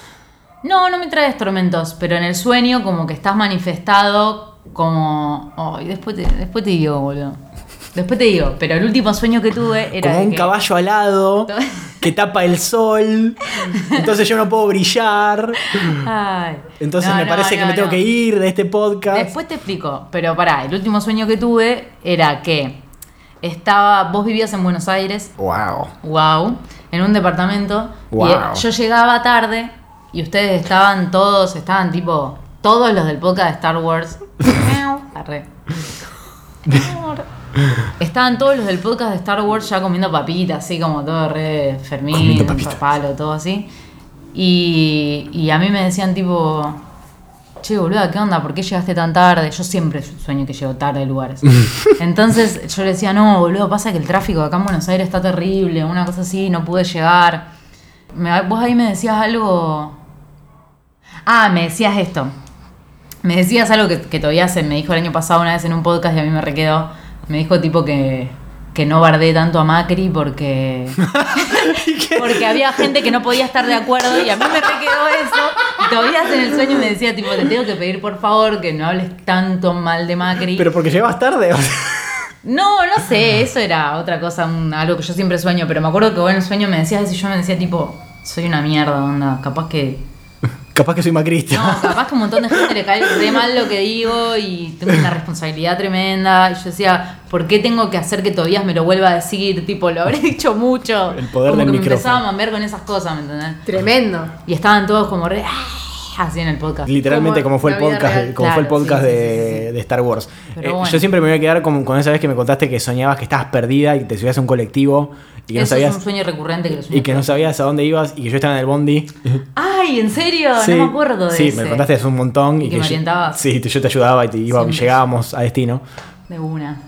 A: No, no me traes tormentos, pero en el sueño como que estás manifestado como... Ay, después, te, después te digo, boludo. Después te digo, pero el último sueño que tuve era...
C: como
A: de
C: un
A: que-
C: caballo alado que tapa el sol. Entonces yo no puedo brillar.
A: Ay.
C: Entonces
A: No,
C: me
A: no,
C: parece que
A: no,
C: me tengo
A: no.
C: que ir de este podcast.
A: Después te explico, pero pará, el último sueño que tuve era que estaba, vos vivías en Buenos Aires,
C: Wow.
A: wow, en un departamento, y eh,
C: Guau.
A: yo llegaba tarde y ustedes estaban todos, estaban tipo, todos los del podcast de Star Wars. Miau. Arre. Estaban todos los del podcast de Star Wars ya comiendo papitas, así como todo re
C: Comiendo
A: Fermín,
C: papitas.
A: palo, todo así. Y, y a mí me decían tipo, che, boluda, ¿qué onda? ¿Por qué llegaste tan tarde? Yo siempre sueño que llego tarde a lugares. Entonces yo le decía, no, boludo, pasa que el tráfico acá en Buenos Aires está terrible, una cosa así, no pude llegar. Me- vos ahí me decías algo... Ah, me decías esto. Me decías algo que, que todavía se me dijo el año pasado una vez en un podcast y a mí me requedó. Me dijo tipo que, que no bardé tanto a Macri porque, porque había gente que no podía estar de acuerdo y a mí me requedó eso. Y todavía en el sueño me decía tipo, te tengo que pedir por favor que no hables tanto mal de Macri.
C: Pero porque llevas tarde. o sea,
A: No, no sé, eso era otra cosa, un- algo que yo siempre sueño, pero me acuerdo que vos en el sueño me decías eso y yo me decía tipo, soy una mierda, onda, capaz que
C: Capaz que soy macrista.
A: no, capaz que a un montón de gente le cae re mal lo que digo y tengo una responsabilidad tremenda. Y yo decía, ¿por qué tengo que hacer que Tobías me lo vuelva a decir? Tipo, lo habré dicho mucho.
C: El poder
A: como
C: del
A: que
C: micrófono.
A: me empezaba a mamber con esas cosas, ¿me entendés?
B: Tremendo.
A: Y estaban todos como re "Ah", así en el podcast.
C: Literalmente como,
B: Como
C: fue el
B: la vida
C: podcast,
B: real.
C: como fue el
A: Claro,
C: podcast
A: sí, sí,
C: de,
A: sí, sí, sí.
C: de Star Wars.
A: Pero
C: Eh,
A: bueno.
C: Yo siempre me voy a quedar con, con esa vez que me contaste que soñabas que estabas perdida y que te subías a un colectivo y que no
A: Eso
C: sabías
A: es un sueño recurrente que lo sueño.
C: y que no sabías a dónde ibas y que yo estaba en el bondi.
A: Ay, ¿en serio?
C: Sí.
A: no me acuerdo de
C: Sí,
A: ese.
C: me contaste hace un montón. Y,
A: Y que me
C: yo-
A: orientabas.
C: Sí, te- yo te ayudaba y te iba-
A: Siempre.
C: llegábamos a destino.
A: De una.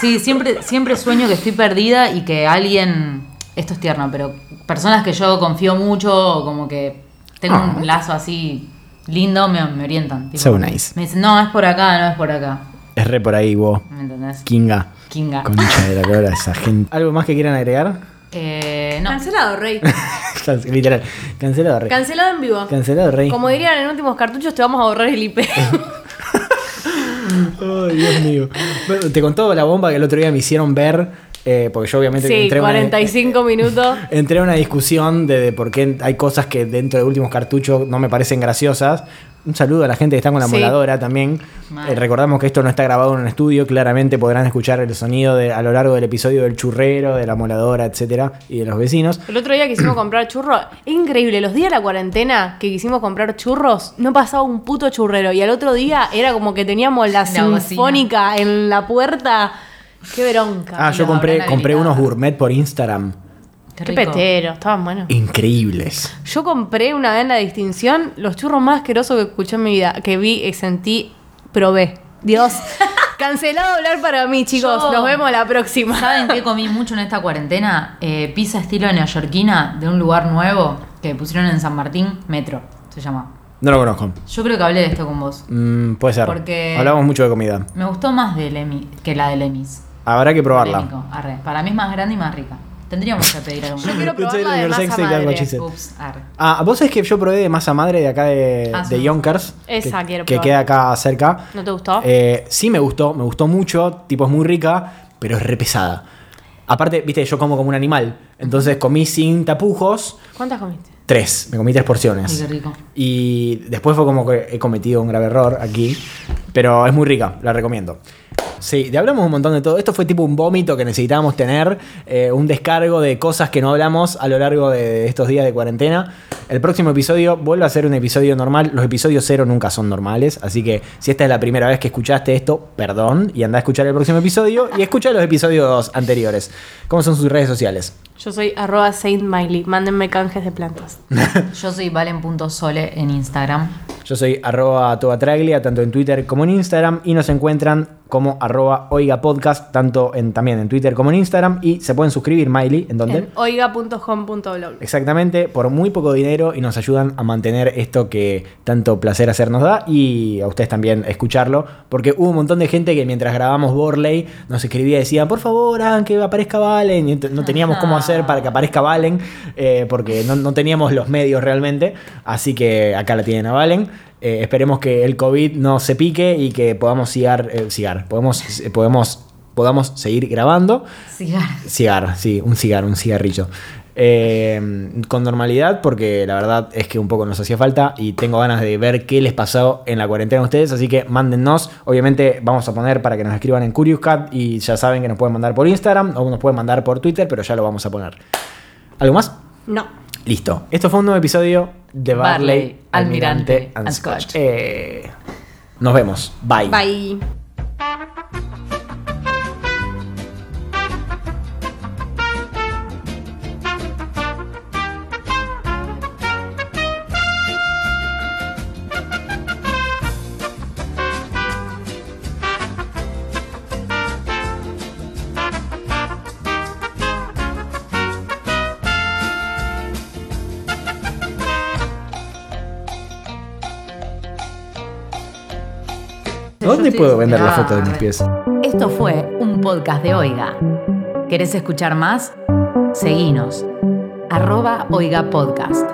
A: Sí, siempre, siempre sueño que estoy perdida y que alguien. Esto es tierno, pero personas que yo confío mucho, o como que tengo un lazo así lindo, me, me orientan. tipo.
C: Ah. So nice.
A: Me dicen, no, es por acá, no es por acá.
C: Es re por ahí, vos.
A: ¿Me entendés?
C: Kinga.
A: Kinga.
C: Concha de la cobra esa gente. ¿Algo más que quieran agregar?
A: Eh, no.
B: Cancelado, Rey.
C: Cance- Literal. Cancelado, rey.
B: Cancelado en vivo.
C: Cancelado, rey.
B: Como dirían en últimos cartuchos, te vamos a borrar el IP.
C: Ay, Dios mío. Bueno, te contó la bomba que el otro día me hicieron ver, eh, porque yo obviamente
B: sí,
C: entré, a una-
B: 45 minutos.
C: entré a una discusión de, de por qué hay cosas que dentro de últimos cartuchos no me parecen graciosas. Un saludo a la gente que está con la
B: Sí.
C: moladora también.
A: Mal.
C: Eh, recordamos que esto no está grabado en un estudio, claramente podrán escuchar el sonido de- a lo largo del episodio del churrero, de la moladora, etcétera, y de los vecinos.
B: El otro día que quisimos comprar churros, increíble, los días de la cuarentena que quisimos comprar churros, no pasaba un puto churrero. Y al otro día era como que teníamos
A: La
B: la,
A: bocina.
B: sinfónica en la puerta. Qué bronca.
C: Ah, yo
A: lo
C: compré,
A: habrán
C: compré
A: habilitado.
C: unos gourmet por Instagram.
A: Qué
B: Qué
A: rico.
B: petero, estaban buenos.
C: Increíbles.
B: Yo compré una vez en la distinción los churros más asquerosos que escuché en mi vida, que vi, eh, sentí, probé. Dios, cancelado hablar para mí, chicos.
A: Yo-
B: Nos vemos la próxima.
A: ¿Saben qué comí mucho en esta cuarentena? Eh, pizza estilo neoyorquina de un lugar nuevo que pusieron en San Martín, Metro, se llama.
C: No lo conozco.
A: Yo creo que hablé de esto con vos.
C: Mm, puede ser.
A: Porque-
C: Hablamos mucho de comida.
A: Me gustó más de Lemi que la de Lemis.
C: Habrá que probarla.
A: Polémico, arre. Para mí es más grande y más rica. Tendríamos que pedir algo.
B: Yo quiero
C: It's
B: probar la de
C: either
B: masa
C: sexy, that's what she
B: madre.
C: said.
A: Ups, arre.
C: Ah, vos es que yo probé de masa madre de acá de,
A: Ah,
C: de
A: sí.
C: Yonkers.
B: Esa
C: que,
B: quiero
C: que
B: probar.
C: queda acá cerca.
B: ¿No te
A: Ah.
B: gustó?
C: Eh, sí me gustó, me gustó mucho, tipo es muy rica, pero es re pesada. Aparte, viste, yo como como un animal, entonces comí sin tapujos
B: ¿Cuántas comiste?
C: tres, me comí tres porciones.
A: Ay, qué rico.
C: Y después fue como que he cometido un grave error aquí, pero es muy rica, la recomiendo. Sí, te hablamos un montón de todo. Esto fue tipo un vómito que necesitábamos tener, eh, un descargo de cosas que no hablamos a lo largo de estos días de cuarentena. El próximo episodio vuelve a ser un episodio normal. Los episodios cero nunca son normales, así que si esta es la primera vez que escuchaste esto, perdón, y anda a escuchar el próximo episodio y escucha los episodios anteriores. ¿Cómo son sus redes sociales?
B: Yo soy arroba Saint Miley. Mándenme canjes de plantas.
A: Yo soy valen.sole en Instagram.
C: Yo soy arroba toatraglia, tanto en Twitter como en Instagram, y nos encuentran como arroba oiga podcast, tanto en, también en Twitter como en Instagram, y se pueden suscribir, Miley, ¿en dónde?
B: En oiga.home.blog.
C: Eh. Exactamente, por muy poco dinero y nos ayudan a mantener esto que tanto placer hacernos da y a ustedes también escucharlo, porque hubo un montón de gente que mientras grabamos Borley nos escribía y decía, por favor, hagan que aparezca Valen, y ent- no teníamos cómo hacer para que aparezca Valen, eh, porque no, no teníamos los medios realmente, así que acá la tienen a Valen. Eh, esperemos que el COVID no se pique y que podamos cigar, eh, cigar, podemos, eh, podemos, podamos seguir grabando.
A: Cigar.
C: Cigar, sí, un cigar, un cigarrillo. Eh, con normalidad, porque la verdad es que un poco nos hacía falta y tengo ganas de ver qué les pasó en la cuarentena a ustedes, así que mándennos. Obviamente vamos a poner para que nos escriban en Curious Cat y ya saben que nos pueden mandar por Instagram o nos pueden mandar por Twitter, pero ya lo vamos a poner. ¿Algo más?
B: No.
C: Listo. Esto fue un nuevo episodio de Barley,
A: Barley,
C: Almirante,
A: Almirante
C: and
A: and
C: Scotch.
A: Scotch.
C: Eh, nos vemos. Bye.
B: Bye.
C: ¿Dónde puedo vender la foto de mis
A: desesperada.
C: pies?
A: Esto fue un podcast de Oiga. ¿Querés escuchar más? Seguinos. Arroba Oiga Podcast.